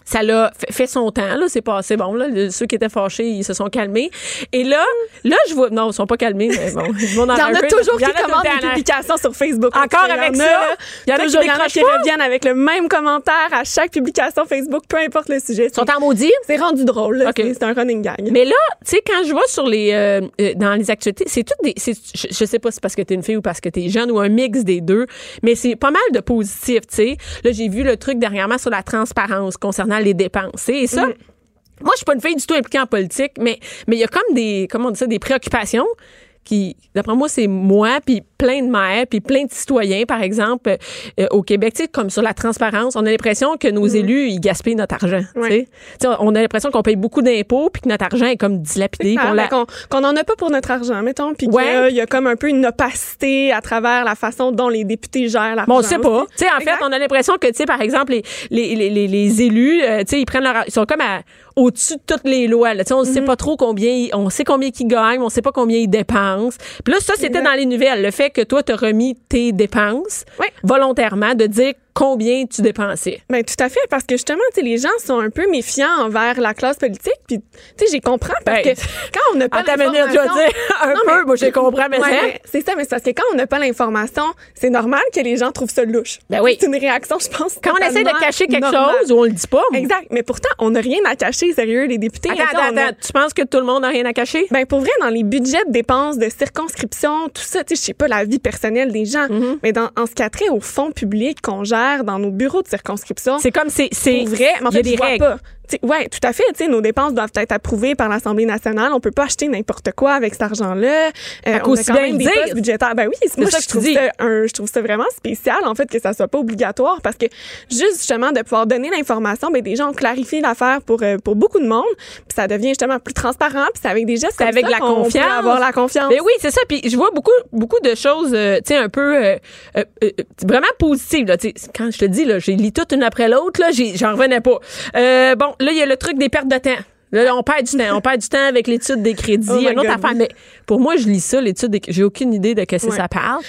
[SPEAKER 3] ça l'a fait- fait son temps, là, c'est passé. Bon, là, le- ceux qui étaient fâchés, ils se sont calmés. Et là, là, je vois. Non, ils sont pas calmés, mais bon. tout le monde en
[SPEAKER 7] Il y en
[SPEAKER 3] raconte.
[SPEAKER 7] a toujours
[SPEAKER 3] Il y en
[SPEAKER 7] qui
[SPEAKER 3] a tout le
[SPEAKER 7] commandent
[SPEAKER 3] temps,
[SPEAKER 7] des
[SPEAKER 3] hein.
[SPEAKER 7] publications sur Facebook.
[SPEAKER 3] Encore
[SPEAKER 7] Il y en
[SPEAKER 3] avec
[SPEAKER 7] a,
[SPEAKER 3] ça? Il y en a qui
[SPEAKER 7] toujours, il y en a qui
[SPEAKER 3] décrochent pas?
[SPEAKER 7] reviennent avec le même commentaire à chaque publication Facebook, peu importe le sujet.
[SPEAKER 3] Ils sont en maudit.
[SPEAKER 7] C'est rendu drôle. là.
[SPEAKER 3] Ok.
[SPEAKER 7] C'est- C'est un running gag.
[SPEAKER 3] Mais là, tu sais, quand je vois sur les, euh, euh, dans les actualités, c'est toutes des, c'est- je, je sais pas si c'est parce que t'es une fille ou parce que t'es jeune ou un mix des deux, mais c'est pas mal de positif, tu sais. Là, j'ai vu le truc dernièrement sur la transparence concernant les dépenses, tu sais, et ça. Moi, je suis pas une fille du tout impliquée en politique, mais mais il y a comme des, comment on dit ça, des préoccupations qui, d'après moi, c'est moi, puis plein de maires, puis plein de citoyens, par exemple, euh, euh, au Québec, tu sais, comme sur la transparence, on a l'impression que nos élus, ils gaspillent notre argent. tu
[SPEAKER 7] Mm-hmm. Ouais.
[SPEAKER 3] sais. Tu sais, On a l'impression qu'on paye beaucoup d'impôts, puis que notre argent est comme dilapidé. puis
[SPEAKER 7] Ah,
[SPEAKER 3] on
[SPEAKER 7] ben,
[SPEAKER 3] la-
[SPEAKER 7] Qu'on qu'on n'en a pas pour notre argent, mettons. Puis
[SPEAKER 3] Ouais.
[SPEAKER 7] qu'il y a comme un peu une opacité à travers la façon dont les députés gèrent l'argent.
[SPEAKER 3] Bon, on sait pas.
[SPEAKER 7] aussi.
[SPEAKER 3] Tu sais, en fait,
[SPEAKER 7] Exact.
[SPEAKER 3] on a l'impression que, tu sais, par exemple, les, les, les, les- les élus, euh, tu sais, ils prennent leur, ils sont comme à- au-dessus de toutes les lois. là. Tu sais, on ne
[SPEAKER 7] Mhm.
[SPEAKER 3] sait pas trop combien, ils- on sait combien ils gagnent, mais on sait pas combien ils dépensent. Puis là, ça, c'était dans les nouvelles. Le fait que toi, t'as remis tes dépenses
[SPEAKER 7] Ouais.
[SPEAKER 3] volontairement, de dire combien tu dépensais.
[SPEAKER 7] Ben, tout à fait, parce que justement, tu sais, les gens sont un peu méfiants envers la classe politique. Puis, tu sais, j'y comprends parce
[SPEAKER 3] Ben,
[SPEAKER 7] que quand on n'a pas
[SPEAKER 3] À ta manière, tu vas
[SPEAKER 7] l'information-
[SPEAKER 3] dire un
[SPEAKER 7] Non,
[SPEAKER 3] peu,
[SPEAKER 7] mais-
[SPEAKER 3] moi, j'ai compris, mais
[SPEAKER 7] Ouais,
[SPEAKER 3] ça-
[SPEAKER 7] mais c'est ça, mais c'est parce que quand on n'a pas l'information, c'est normal que les gens trouvent ça louche.
[SPEAKER 3] Ben oui.
[SPEAKER 7] C'est une réaction, je pense.
[SPEAKER 3] Quand on essaie de
[SPEAKER 7] totalement
[SPEAKER 3] cacher quelque
[SPEAKER 7] normale.
[SPEAKER 3] chose, on le dit pas. moi.
[SPEAKER 7] Exact. Mais pourtant, on n'a rien à cacher, sérieux, les députés.
[SPEAKER 3] Attends,
[SPEAKER 7] Ils disent,
[SPEAKER 3] attends,
[SPEAKER 7] on a-
[SPEAKER 3] attends. Tu penses que tout le monde n'a rien à cacher?
[SPEAKER 7] Ben pour vrai, dans les budgets de dépenses, de circonscription, tout ça, tu sais, je sais pas la vie personnelle des gens,
[SPEAKER 3] Mm-hmm.
[SPEAKER 7] mais dans, en ce qui a trait aux fonds publics qu'on gère dans nos bureaux de circonscription,
[SPEAKER 3] C'est comme c'est c'est
[SPEAKER 7] pour vrai, mais en
[SPEAKER 3] il y a
[SPEAKER 7] fait,
[SPEAKER 3] des
[SPEAKER 7] je vois
[SPEAKER 3] règles.
[SPEAKER 7] pas. Tu sais, ouais, tout à fait. Tu sais, nos dépenses doivent être approuvées par l'Assemblée nationale. On peut pas acheter n'importe quoi avec cet argent-là. Euh, on
[SPEAKER 3] qu'aussi
[SPEAKER 7] a quand
[SPEAKER 3] bien
[SPEAKER 7] même
[SPEAKER 3] le
[SPEAKER 7] des
[SPEAKER 3] dire.
[SPEAKER 7] postes budgétaires. Ben oui,
[SPEAKER 3] C'est
[SPEAKER 7] moi,
[SPEAKER 3] ça que
[SPEAKER 7] je,
[SPEAKER 3] tu
[SPEAKER 7] trouve
[SPEAKER 3] dis.
[SPEAKER 7] ça un- je trouve ça vraiment spécial, en fait, que ça soit pas obligatoire parce que juste, justement, de pouvoir donner l'information, ben, des gens ont clarifié l'affaire pour, euh, pour beaucoup de monde. Puis ça devient justement plus transparent. Puis c'est avec des gestes
[SPEAKER 3] C'est
[SPEAKER 7] comme
[SPEAKER 3] avec
[SPEAKER 7] ça
[SPEAKER 3] la
[SPEAKER 7] qu'on
[SPEAKER 3] confiance.
[SPEAKER 7] peut avoir la confiance.
[SPEAKER 3] Mais Ben oui, c'est ça. Puis je vois beaucoup, beaucoup de choses, euh, tu sais, un peu euh, euh, euh, vraiment positives. Là, Tu sais, quand je te dis, là, j'ai lu toutes une après l'autre, là, j'ai- j'en revenais pas. Euh, bon, là, il y a le truc des pertes de temps. Là, on perd du temps. On perd du temps avec l'étude des crédits.
[SPEAKER 7] Oh my
[SPEAKER 3] une autre
[SPEAKER 7] God,
[SPEAKER 3] affaire.
[SPEAKER 7] oui.
[SPEAKER 3] Mais pour moi, je lis ça, l'étude des J'ai aucune idée de qu'est-ce que
[SPEAKER 7] Ouais.
[SPEAKER 3] ça parle.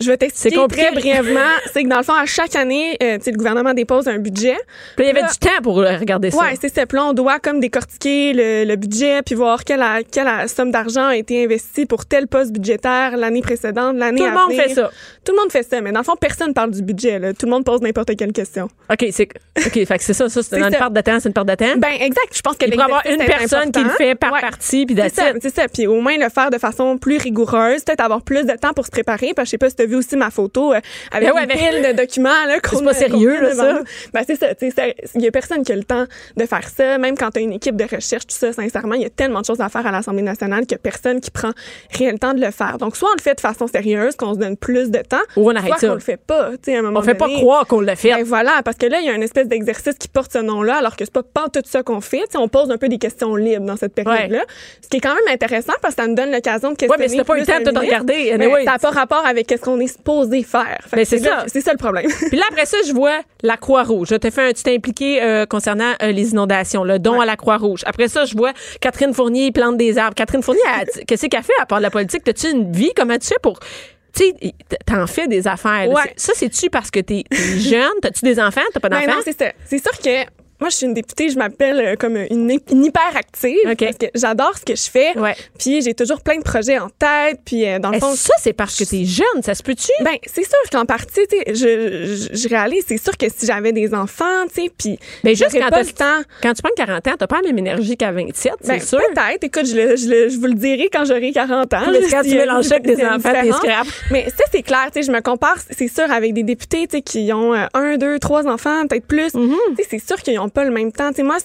[SPEAKER 7] Je vais
[SPEAKER 3] C'est
[SPEAKER 7] t'expliquer
[SPEAKER 3] compliqué.
[SPEAKER 7] très brièvement. c'est que dans le fond, à chaque année, euh, tu sais, le gouvernement dépose un budget.
[SPEAKER 3] Puis là, il y avait
[SPEAKER 7] Là-
[SPEAKER 3] du temps pour euh, regarder ça.
[SPEAKER 7] Ouais, c'est ça. Puis là, on doit comme décortiquer le, le budget puis voir quelle, a- quelle a- somme d'argent a été investie pour tel poste budgétaire l'année précédente, l'année
[SPEAKER 3] Tout le
[SPEAKER 7] à
[SPEAKER 3] monde
[SPEAKER 7] venir.
[SPEAKER 3] fait ça.
[SPEAKER 7] Tout le monde fait ça, mais dans le fond, personne parle du budget. là. Tout le monde pose n'importe quelle question.
[SPEAKER 3] OK, c'est OK, fait que c'est ça, ça, c'est
[SPEAKER 7] C'est
[SPEAKER 3] dans une
[SPEAKER 7] ça.
[SPEAKER 3] perte de temps, c'est une perte de temps.
[SPEAKER 7] Ben exact. Je pense que
[SPEAKER 3] il pourrait y avoir
[SPEAKER 7] l'exercice
[SPEAKER 3] une
[SPEAKER 7] est
[SPEAKER 3] personne qui le
[SPEAKER 7] important.
[SPEAKER 3] fait par
[SPEAKER 7] Ouais.
[SPEAKER 3] partie, puis
[SPEAKER 7] C'est ça,
[SPEAKER 3] d'attitude.
[SPEAKER 7] c'est ça. Puis au moins le faire de façon plus rigoureuse, peut-être avoir plus de temps pour se préparer. Parce que je sais pas si t'as vu aussi ma photo euh, avec
[SPEAKER 3] Ben ouais,
[SPEAKER 7] une
[SPEAKER 3] mais-
[SPEAKER 7] pile de documents là. qu'on
[SPEAKER 3] C'est pas
[SPEAKER 7] a-
[SPEAKER 3] sérieux,
[SPEAKER 7] qu'on
[SPEAKER 3] là,
[SPEAKER 7] a devant
[SPEAKER 3] ça.
[SPEAKER 7] nous. Ben c'est ça. tu sais, c'est- Il y a personne qui a le temps de faire ça. Même quand t'as une équipe de recherche, tout ça. Sincèrement, il y a tellement de choses à faire à l'Assemblée nationale qu'il y a personne qui prend réel le temps de le faire. Donc soit on le fait de façon sérieuse, qu'on se donne plus de temps,
[SPEAKER 3] Ou on arrête
[SPEAKER 7] soit
[SPEAKER 3] ça.
[SPEAKER 7] qu'on le fait pas. Tu sais, à un moment
[SPEAKER 3] On fait pas
[SPEAKER 7] donné.
[SPEAKER 3] croire qu'on l'a fait.
[SPEAKER 7] Ben voilà, parce que là, il y a une espèce d'exercice qui porte ce nom-là, alors que c'est pas pas tout ça qu'on fait. Tu sais, on pose un peu des questions libres dans cette période-là. Ce qui est quand même intéressant parce que ça nous donne l'occasion de questionner.
[SPEAKER 3] mais si t'as pas eu le
[SPEAKER 7] plus
[SPEAKER 3] temps de
[SPEAKER 7] un
[SPEAKER 3] tout
[SPEAKER 7] ministre,
[SPEAKER 3] regarder,
[SPEAKER 7] ben,
[SPEAKER 3] anyway.
[SPEAKER 7] ça n'a pas rapport avec ce qu'on est supposé faire. Fait que
[SPEAKER 3] Ben, c'est
[SPEAKER 7] là-
[SPEAKER 3] ça.
[SPEAKER 7] C'est ça le problème.
[SPEAKER 3] Puis là, après ça, je vois la Croix-Rouge. Je t'ai fait un petit impliqué euh, concernant euh, les inondations, le don à la Croix-Rouge. Après ça, je vois Catherine Fournier plante des arbres. Catherine Fournier, elle- qu'est-ce qu'elle fait à part de la politique? T'as-tu une vie? Comment tu fais pour... Tu sais, t'en fais des affaires. là.
[SPEAKER 7] Ouais.
[SPEAKER 3] C'est- Ça, c'est-tu parce que t'es t'es jeune? T'as-tu des enfants? T'as pas
[SPEAKER 7] Ben
[SPEAKER 3] d'enfants?
[SPEAKER 7] non, c'est ça. C'est sûr que moi, je suis une députée, je m'appelle euh, comme une, hy- une hyperactive
[SPEAKER 3] Ok.
[SPEAKER 7] parce que j'adore ce que je fais.
[SPEAKER 3] Ouais.
[SPEAKER 7] Puis j'ai toujours plein de projets en tête. Puis euh, dans le
[SPEAKER 3] Est-ce
[SPEAKER 7] fond,
[SPEAKER 3] que ça, c'est parce que t'es jeune? Ça se peut-tu?
[SPEAKER 7] Ben, c'est sûr qu'en partie, tu sais, je, je, je réalise, c'est sûr que si j'avais des enfants, tu sais, puis
[SPEAKER 3] Mais Ben, juste
[SPEAKER 7] j'aurais
[SPEAKER 3] quand
[SPEAKER 7] pas
[SPEAKER 3] t'as-
[SPEAKER 7] le temps.
[SPEAKER 3] Quand tu prends 40 ans, t'as pas la même énergie qu'à 27, c'est
[SPEAKER 7] Ben,
[SPEAKER 3] sûr.
[SPEAKER 7] peut-être. Écoute, je, le- je, le- je vous le dirai quand j'aurai 40 ans.
[SPEAKER 3] Mais
[SPEAKER 7] là,
[SPEAKER 3] quand
[SPEAKER 7] si,
[SPEAKER 3] tu
[SPEAKER 7] euh,
[SPEAKER 3] mélanges ça avec des
[SPEAKER 7] s'il y a une
[SPEAKER 3] enfants, t'es
[SPEAKER 7] différence.
[SPEAKER 3] scrap.
[SPEAKER 7] Mais ça, c'est clair. Tu sais, je me compare, c'est sûr, avec des
[SPEAKER 3] Mm-hmm.
[SPEAKER 7] députés, tu sais, qui ont euh, un, deux, trois enfants, peut-être plus. Tu sais, c'est sûr qu'ils n'ont pas le même temps. Tu sais, moi,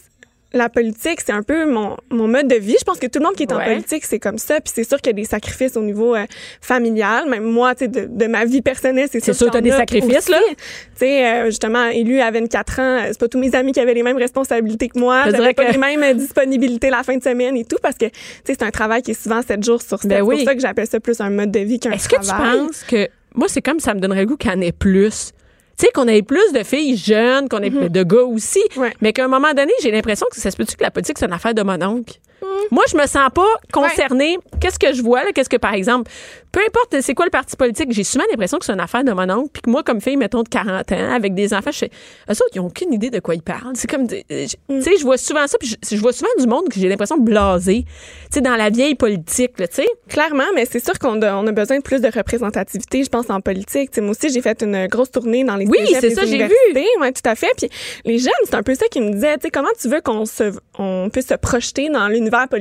[SPEAKER 7] la politique, c'est un peu mon, mon mode de vie. Je pense que tout le monde qui est en
[SPEAKER 3] Ouais.
[SPEAKER 7] politique, c'est comme ça. Puis c'est sûr qu'il y a des sacrifices au niveau euh, familial. Même moi, tu sais, de, de ma vie personnelle, c'est
[SPEAKER 3] C'est
[SPEAKER 7] sûr
[SPEAKER 3] sûr,
[SPEAKER 7] qu'il y
[SPEAKER 3] t'as des
[SPEAKER 7] en a
[SPEAKER 3] sacrifices,
[SPEAKER 7] aussi.
[SPEAKER 3] là.
[SPEAKER 7] Tu sais, euh, justement, élu à 24 ans, euh, c'est pas tous mes amis qui avaient les mêmes responsabilités que moi.
[SPEAKER 3] Je dirais
[SPEAKER 7] J'avais pas
[SPEAKER 3] que-
[SPEAKER 7] les mêmes euh, disponibilités la fin de semaine et tout parce que, tu sais, c'est un travail qui est souvent 7 jours sur 7.
[SPEAKER 3] Ben
[SPEAKER 7] c'est
[SPEAKER 3] oui.
[SPEAKER 7] pour ça que j'appelle ça plus un mode de vie qu'un travail.
[SPEAKER 3] Est-ce que tu penses que moi c'est comme ça me donnerait le goût qu'il y en ait plus. Tu sais qu'on ait plus de filles jeunes, qu'on ait de gars aussi,
[SPEAKER 7] Mhm. Ouais.
[SPEAKER 3] mais qu'à un moment donné, j'ai l'impression que ça se peut-tu que la politique c'est une affaire de mon oncle.
[SPEAKER 7] Mhm.
[SPEAKER 3] Moi, je me sens pas concernée. Qu'est-ce que je vois là Qu'est-ce que par exemple, peu importe c'est quoi le parti politique, j'ai souvent l'impression que c'est une affaire de mon oncle, puis que moi comme fille mettons de 40 ans avec des enfants, je fais eux autres, ils ont aucune idée de quoi ils parlent. C'est comme des- euh, je-
[SPEAKER 7] Mm.
[SPEAKER 3] tu sais, je vois souvent ça, puis je, je vois souvent du monde que j'ai l'impression blasé. Tu sais dans la vieille politique, là, tu sais.
[SPEAKER 7] Clairement, mais c'est sûr qu'on a, on a besoin de plus de représentativité, je pense, en politique. Tu sais, moi aussi, j'ai fait une grosse tournée dans les
[SPEAKER 3] Oui,
[SPEAKER 7] cégeps,
[SPEAKER 3] c'est
[SPEAKER 7] les
[SPEAKER 3] ça, j'ai vu.
[SPEAKER 7] universités. Ouais, tout à fait. Puis les jeunes, c'est un peu ça qui me disaient, tu sais, comment tu veux qu'on se, on puisse se projeter dans l'univers politique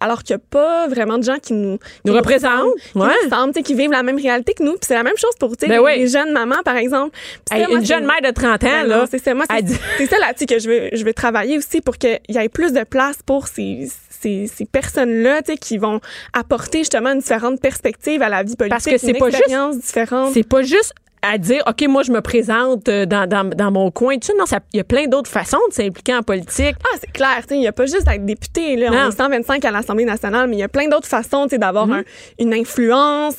[SPEAKER 7] alors qu'il n'y a pas vraiment de gens qui nous, qui
[SPEAKER 3] Nous représentent,
[SPEAKER 7] qui
[SPEAKER 3] ouais.
[SPEAKER 7] nous ressemblent, tu sais, qui vivent la même réalité que nous. Puis c'est la même chose pour, tu sais,
[SPEAKER 3] Ben
[SPEAKER 7] les,
[SPEAKER 3] oui.
[SPEAKER 7] les jeunes mamans, par exemple. Puis
[SPEAKER 3] Hey,
[SPEAKER 7] ça, moi,
[SPEAKER 3] une
[SPEAKER 7] c'est-
[SPEAKER 3] jeune mère de 30 ans,
[SPEAKER 7] ben
[SPEAKER 3] là.
[SPEAKER 7] non, c'est ça. Moi,
[SPEAKER 3] elle
[SPEAKER 7] c'est
[SPEAKER 3] dit-
[SPEAKER 7] c'est ça là-dessus que je veux, je veux travailler aussi pour qu'il y ait plus de place pour ces, ces, ces personnes-là, tu sais, qui vont apporter justement une différente perspective à la vie politique.
[SPEAKER 3] Parce que c'est
[SPEAKER 7] une
[SPEAKER 3] pas juste-
[SPEAKER 7] expérience différente.
[SPEAKER 3] C'est pas juste à dire, OK, moi, je me présente euh, dans, dans, dans mon coin. Tu sais, non, ça- il y a plein d'autres façons de s'impliquer en politique.
[SPEAKER 7] Ah, c'est clair, tu sais, il n'y a pas juste à être député. Là,
[SPEAKER 3] Non. Mhm.
[SPEAKER 7] on est 125 à l'Assemblée nationale, mais il y a plein d'autres façons tu sais, d'avoir un- une influence,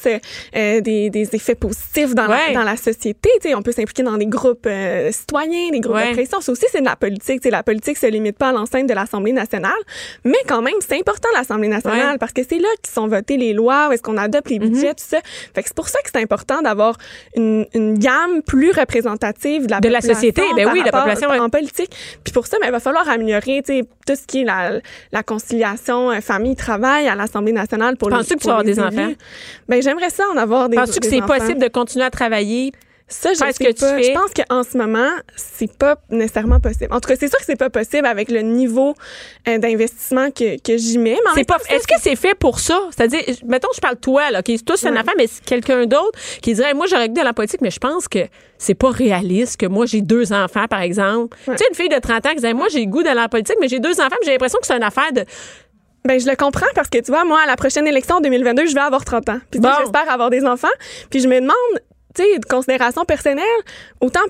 [SPEAKER 7] euh, des, des effets positifs dans,
[SPEAKER 3] Ouais.
[SPEAKER 7] la, dans la société. tu sais. on peut s'impliquer dans des groupes euh, citoyens, des groupes
[SPEAKER 3] Ouais.
[SPEAKER 7] de pression. Ça aussi, c'est de la politique. tu sais. la politique se limite pas à l'enceinte de l'Assemblée nationale, mais quand même, c'est important l'Assemblée nationale
[SPEAKER 3] Ouais. Mhm.
[SPEAKER 7] parce que c'est là qu'ils sont votées les lois, où est-ce qu'on adopte les budgets, tout ça. Fait que c'est pour ça que c'est important d'avoir une, une gamme plus représentative de la
[SPEAKER 3] De la société, ben
[SPEAKER 7] par
[SPEAKER 3] oui, de la
[SPEAKER 7] rapport-
[SPEAKER 3] population, ouais.
[SPEAKER 7] en politique. Puis pour ça, ben, il va falloir améliorer tu sais, tout ce qui est la, la conciliation euh, famille-travail à l'Assemblée nationale pour les
[SPEAKER 3] Penses-tu que tu
[SPEAKER 7] pour
[SPEAKER 3] vas
[SPEAKER 7] les
[SPEAKER 3] avoir des
[SPEAKER 7] élus. Ben, j'aimerais ça en avoir des
[SPEAKER 3] Penses-tu que
[SPEAKER 7] des
[SPEAKER 3] c'est
[SPEAKER 7] enfants.
[SPEAKER 3] possible de continuer à travailler?
[SPEAKER 7] Ça, je
[SPEAKER 3] Faire ce
[SPEAKER 7] sais
[SPEAKER 3] que tu
[SPEAKER 7] pas.
[SPEAKER 3] fais?
[SPEAKER 7] Je pense qu'en ce moment, c'est pas nécessairement possible. En tout cas, c'est sûr que c'est pas possible avec le niveau euh, d'investissement que, que j'y mets. mais en
[SPEAKER 3] C'est
[SPEAKER 7] même
[SPEAKER 3] pas,
[SPEAKER 7] temps, ça,
[SPEAKER 3] est-ce que c'est fait pour ça? C'est-à-dire, je- mettons, je parle de toi, là, qui c'est tous une affaire, mais c'est quelqu'un d'autre qui dirait, moi, j'aurais goût de la politique, mais je pense que c'est pas réaliste que moi, j'ai deux enfants, par exemple. Tu sais, une fille de 30 ans qui disait, moi, j'ai goût de la politique, mais j'ai deux enfants, mais j'ai l'impression que c'est une affaire de,
[SPEAKER 7] Ben, je le comprends parce que tu vois, moi, à la prochaine élection en 2022, je vais avoir 30 ans. Puis tu sais,
[SPEAKER 3] Bon.
[SPEAKER 7] j'espère avoir des enfants. Puis je me demande, tu sais, de considération personnelle, autant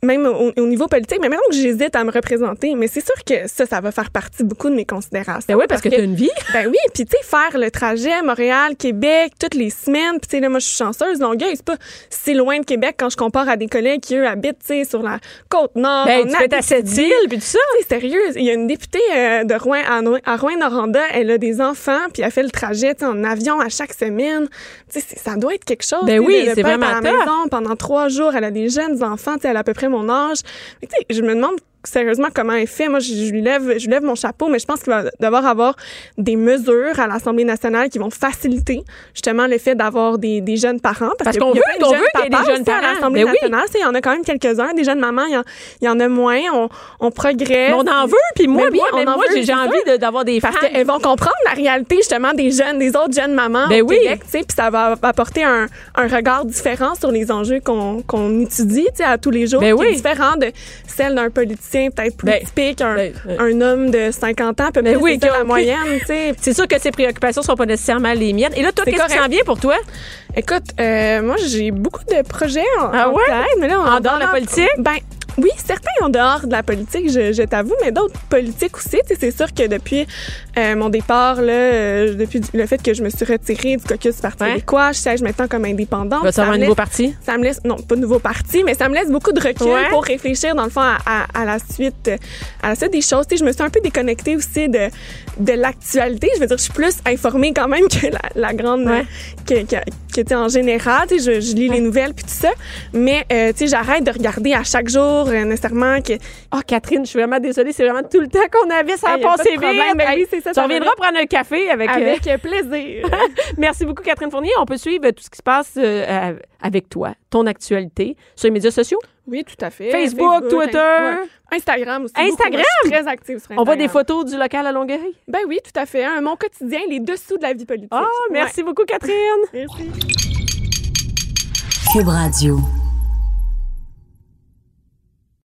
[SPEAKER 7] même au, au niveau politique, mais maintenant que j'hésite à me représenter, mais c'est sûr que ça, ça va faire partie beaucoup de mes considérations.
[SPEAKER 3] ben oui, parce que t'as une vie.
[SPEAKER 7] Ben oui, puis tu sais, faire le trajet Montréal, Québec, toutes les semaines, puis tu sais, là, moi, je suis chanceuse, Longueuil, c'est pas si loin de Québec quand je compare à des collègues qui, eux, habitent, tu sais, sur la Côte-Nord.
[SPEAKER 3] Ben,
[SPEAKER 7] en
[SPEAKER 3] tu peux être à
[SPEAKER 7] Abitibi.
[SPEAKER 3] cette île, puis tout ça.
[SPEAKER 7] C'est sérieux. Il y a une députée euh, de Rouen, à, Rouen- à Rouen-Noranda, elle a des enfants, puis elle fait le trajet tu sais, en avion à chaque semaine. Tu sais, c'est- ça doit être quelque chose.
[SPEAKER 3] Ben
[SPEAKER 7] tu sais,
[SPEAKER 3] oui,
[SPEAKER 7] de- de
[SPEAKER 3] c'est
[SPEAKER 7] pas être
[SPEAKER 3] vraiment
[SPEAKER 7] à la
[SPEAKER 3] tough.
[SPEAKER 7] maison pendant trois jours. Elle a des jeunes enfants, tu sais, elle a à peu près mon âge. Mais tu sais, je me demande sérieusement comment elle fait. Moi, je, je lui lève, je lui lève mon chapeau, mais je pense qu'il va devoir avoir des mesures à l'Assemblée nationale qui vont faciliter justement le fait d'avoir des, des jeunes parents.
[SPEAKER 3] Parce
[SPEAKER 7] Parce,
[SPEAKER 3] qu'on
[SPEAKER 7] qu'il y a
[SPEAKER 3] veut-
[SPEAKER 7] plein de
[SPEAKER 3] on veut qu'il y ait des
[SPEAKER 7] papas
[SPEAKER 3] jeunes
[SPEAKER 7] aussi à
[SPEAKER 3] parents.
[SPEAKER 7] l'Assemblée
[SPEAKER 3] Ben oui.
[SPEAKER 7] nationale. Tu sais, Il y en a quand même quelques-uns. Des jeunes mamans, il y en- il y, en a moins. On, on progresse.
[SPEAKER 3] Mais on en veut, puis moi,
[SPEAKER 7] Mais oui,
[SPEAKER 3] moi,
[SPEAKER 7] on
[SPEAKER 3] même
[SPEAKER 7] en
[SPEAKER 3] moi,
[SPEAKER 7] veut,
[SPEAKER 3] j'ai j'ai
[SPEAKER 7] c'est
[SPEAKER 3] envie
[SPEAKER 7] ça.
[SPEAKER 3] de- d'avoir des
[SPEAKER 7] Parce
[SPEAKER 3] femmes.
[SPEAKER 7] qu'elles vont comprendre la réalité, justement, des jeunes, des autres jeunes mamans
[SPEAKER 3] Ben
[SPEAKER 7] au
[SPEAKER 3] oui.
[SPEAKER 7] Québec, tu sais, puis ça va apporter un, un regard différent sur les enjeux qu'on qu'on étudie, tu sais, à tous les jours,
[SPEAKER 3] Ben
[SPEAKER 7] qui est
[SPEAKER 3] oui.
[SPEAKER 7] différent de celle d'un politicien peut-être plus
[SPEAKER 3] Ben,
[SPEAKER 7] typique, un,
[SPEAKER 3] ben, ben.
[SPEAKER 7] un homme de 50 ans, à peu
[SPEAKER 3] Ben
[SPEAKER 7] près,
[SPEAKER 3] oui,
[SPEAKER 7] c'est ça,
[SPEAKER 3] qui a-
[SPEAKER 7] la moyenne, tu sais.
[SPEAKER 3] C'est sûr que ces préoccupations sont pas nécessairement les miennes. Et là, toi,
[SPEAKER 7] C'est
[SPEAKER 3] qu'est-ce qui
[SPEAKER 7] correct.
[SPEAKER 3] s'en vient pour toi?
[SPEAKER 7] Écoute, euh, moi, j'ai beaucoup de projets en,
[SPEAKER 3] Ah
[SPEAKER 7] en
[SPEAKER 3] ouais?
[SPEAKER 7] tête, mais là, on
[SPEAKER 3] En dehors de la politique?
[SPEAKER 7] Ben, oui, certains en dehors de la politique, je, je t'avoue, mais d'autres politiques aussi. Tu sais, C'est sûr que depuis euh, mon départ, là, euh, depuis le fait que je me suis retirée du caucus du Parti
[SPEAKER 3] Ouais.
[SPEAKER 7] québécois, je siège maintenant comme indépendante.
[SPEAKER 3] Vas-tu
[SPEAKER 7] ça
[SPEAKER 3] avoir un
[SPEAKER 7] me
[SPEAKER 3] nouveau
[SPEAKER 7] laisse-
[SPEAKER 3] parti?
[SPEAKER 7] ça me laisse, non, pas de nouveau parti, mais ça me laisse beaucoup de recul
[SPEAKER 3] Ouais.
[SPEAKER 7] pour réfléchir, dans le fond, à, à- à la suite, euh, à la suite des choses. Tu sais, je me suis un peu déconnectée aussi de, de l'actualité. Je veux dire, je suis plus informée quand même que la, la grande,
[SPEAKER 3] Ouais.
[SPEAKER 7] que, que, que, tu sais, en général. Tu sais, je, je lis les nouvelles puis tout ça. Mais, euh, tu sais, j'arrête de regarder à chaque jour, euh, nécessairement, que,
[SPEAKER 3] Oh, Catherine, je suis vraiment désolée. C'est vraiment tout le temps qu'on avait. Ça a
[SPEAKER 7] Hey, y a pas de
[SPEAKER 3] passé vite.
[SPEAKER 7] problème. Ben
[SPEAKER 3] Hey,
[SPEAKER 7] oui, c'est ça,
[SPEAKER 3] Tu
[SPEAKER 7] ça
[SPEAKER 3] reviendras
[SPEAKER 7] va
[SPEAKER 3] prendre un café avec... euh,
[SPEAKER 7] avec plaisir.
[SPEAKER 3] Merci beaucoup, Catherine Fournier. On peut suivre tout ce qui se passe euh, à- avec toi, ton actualité, sur les médias sociaux.
[SPEAKER 7] oui, tout à fait.
[SPEAKER 3] Facebook, Twitter.
[SPEAKER 7] Inst- ouais. Instagram aussi. beaucoup.
[SPEAKER 3] Instagram?
[SPEAKER 7] Je suis très active sur Instagram.
[SPEAKER 3] On voit des photos du local à Longueuil.
[SPEAKER 7] Ben oui, tout à fait. Hein, mon quotidien, les dessous de la vie politique.
[SPEAKER 3] Ah,
[SPEAKER 7] Ouais.
[SPEAKER 3] merci beaucoup, Catherine.
[SPEAKER 7] Merci.
[SPEAKER 1] Cube Radio.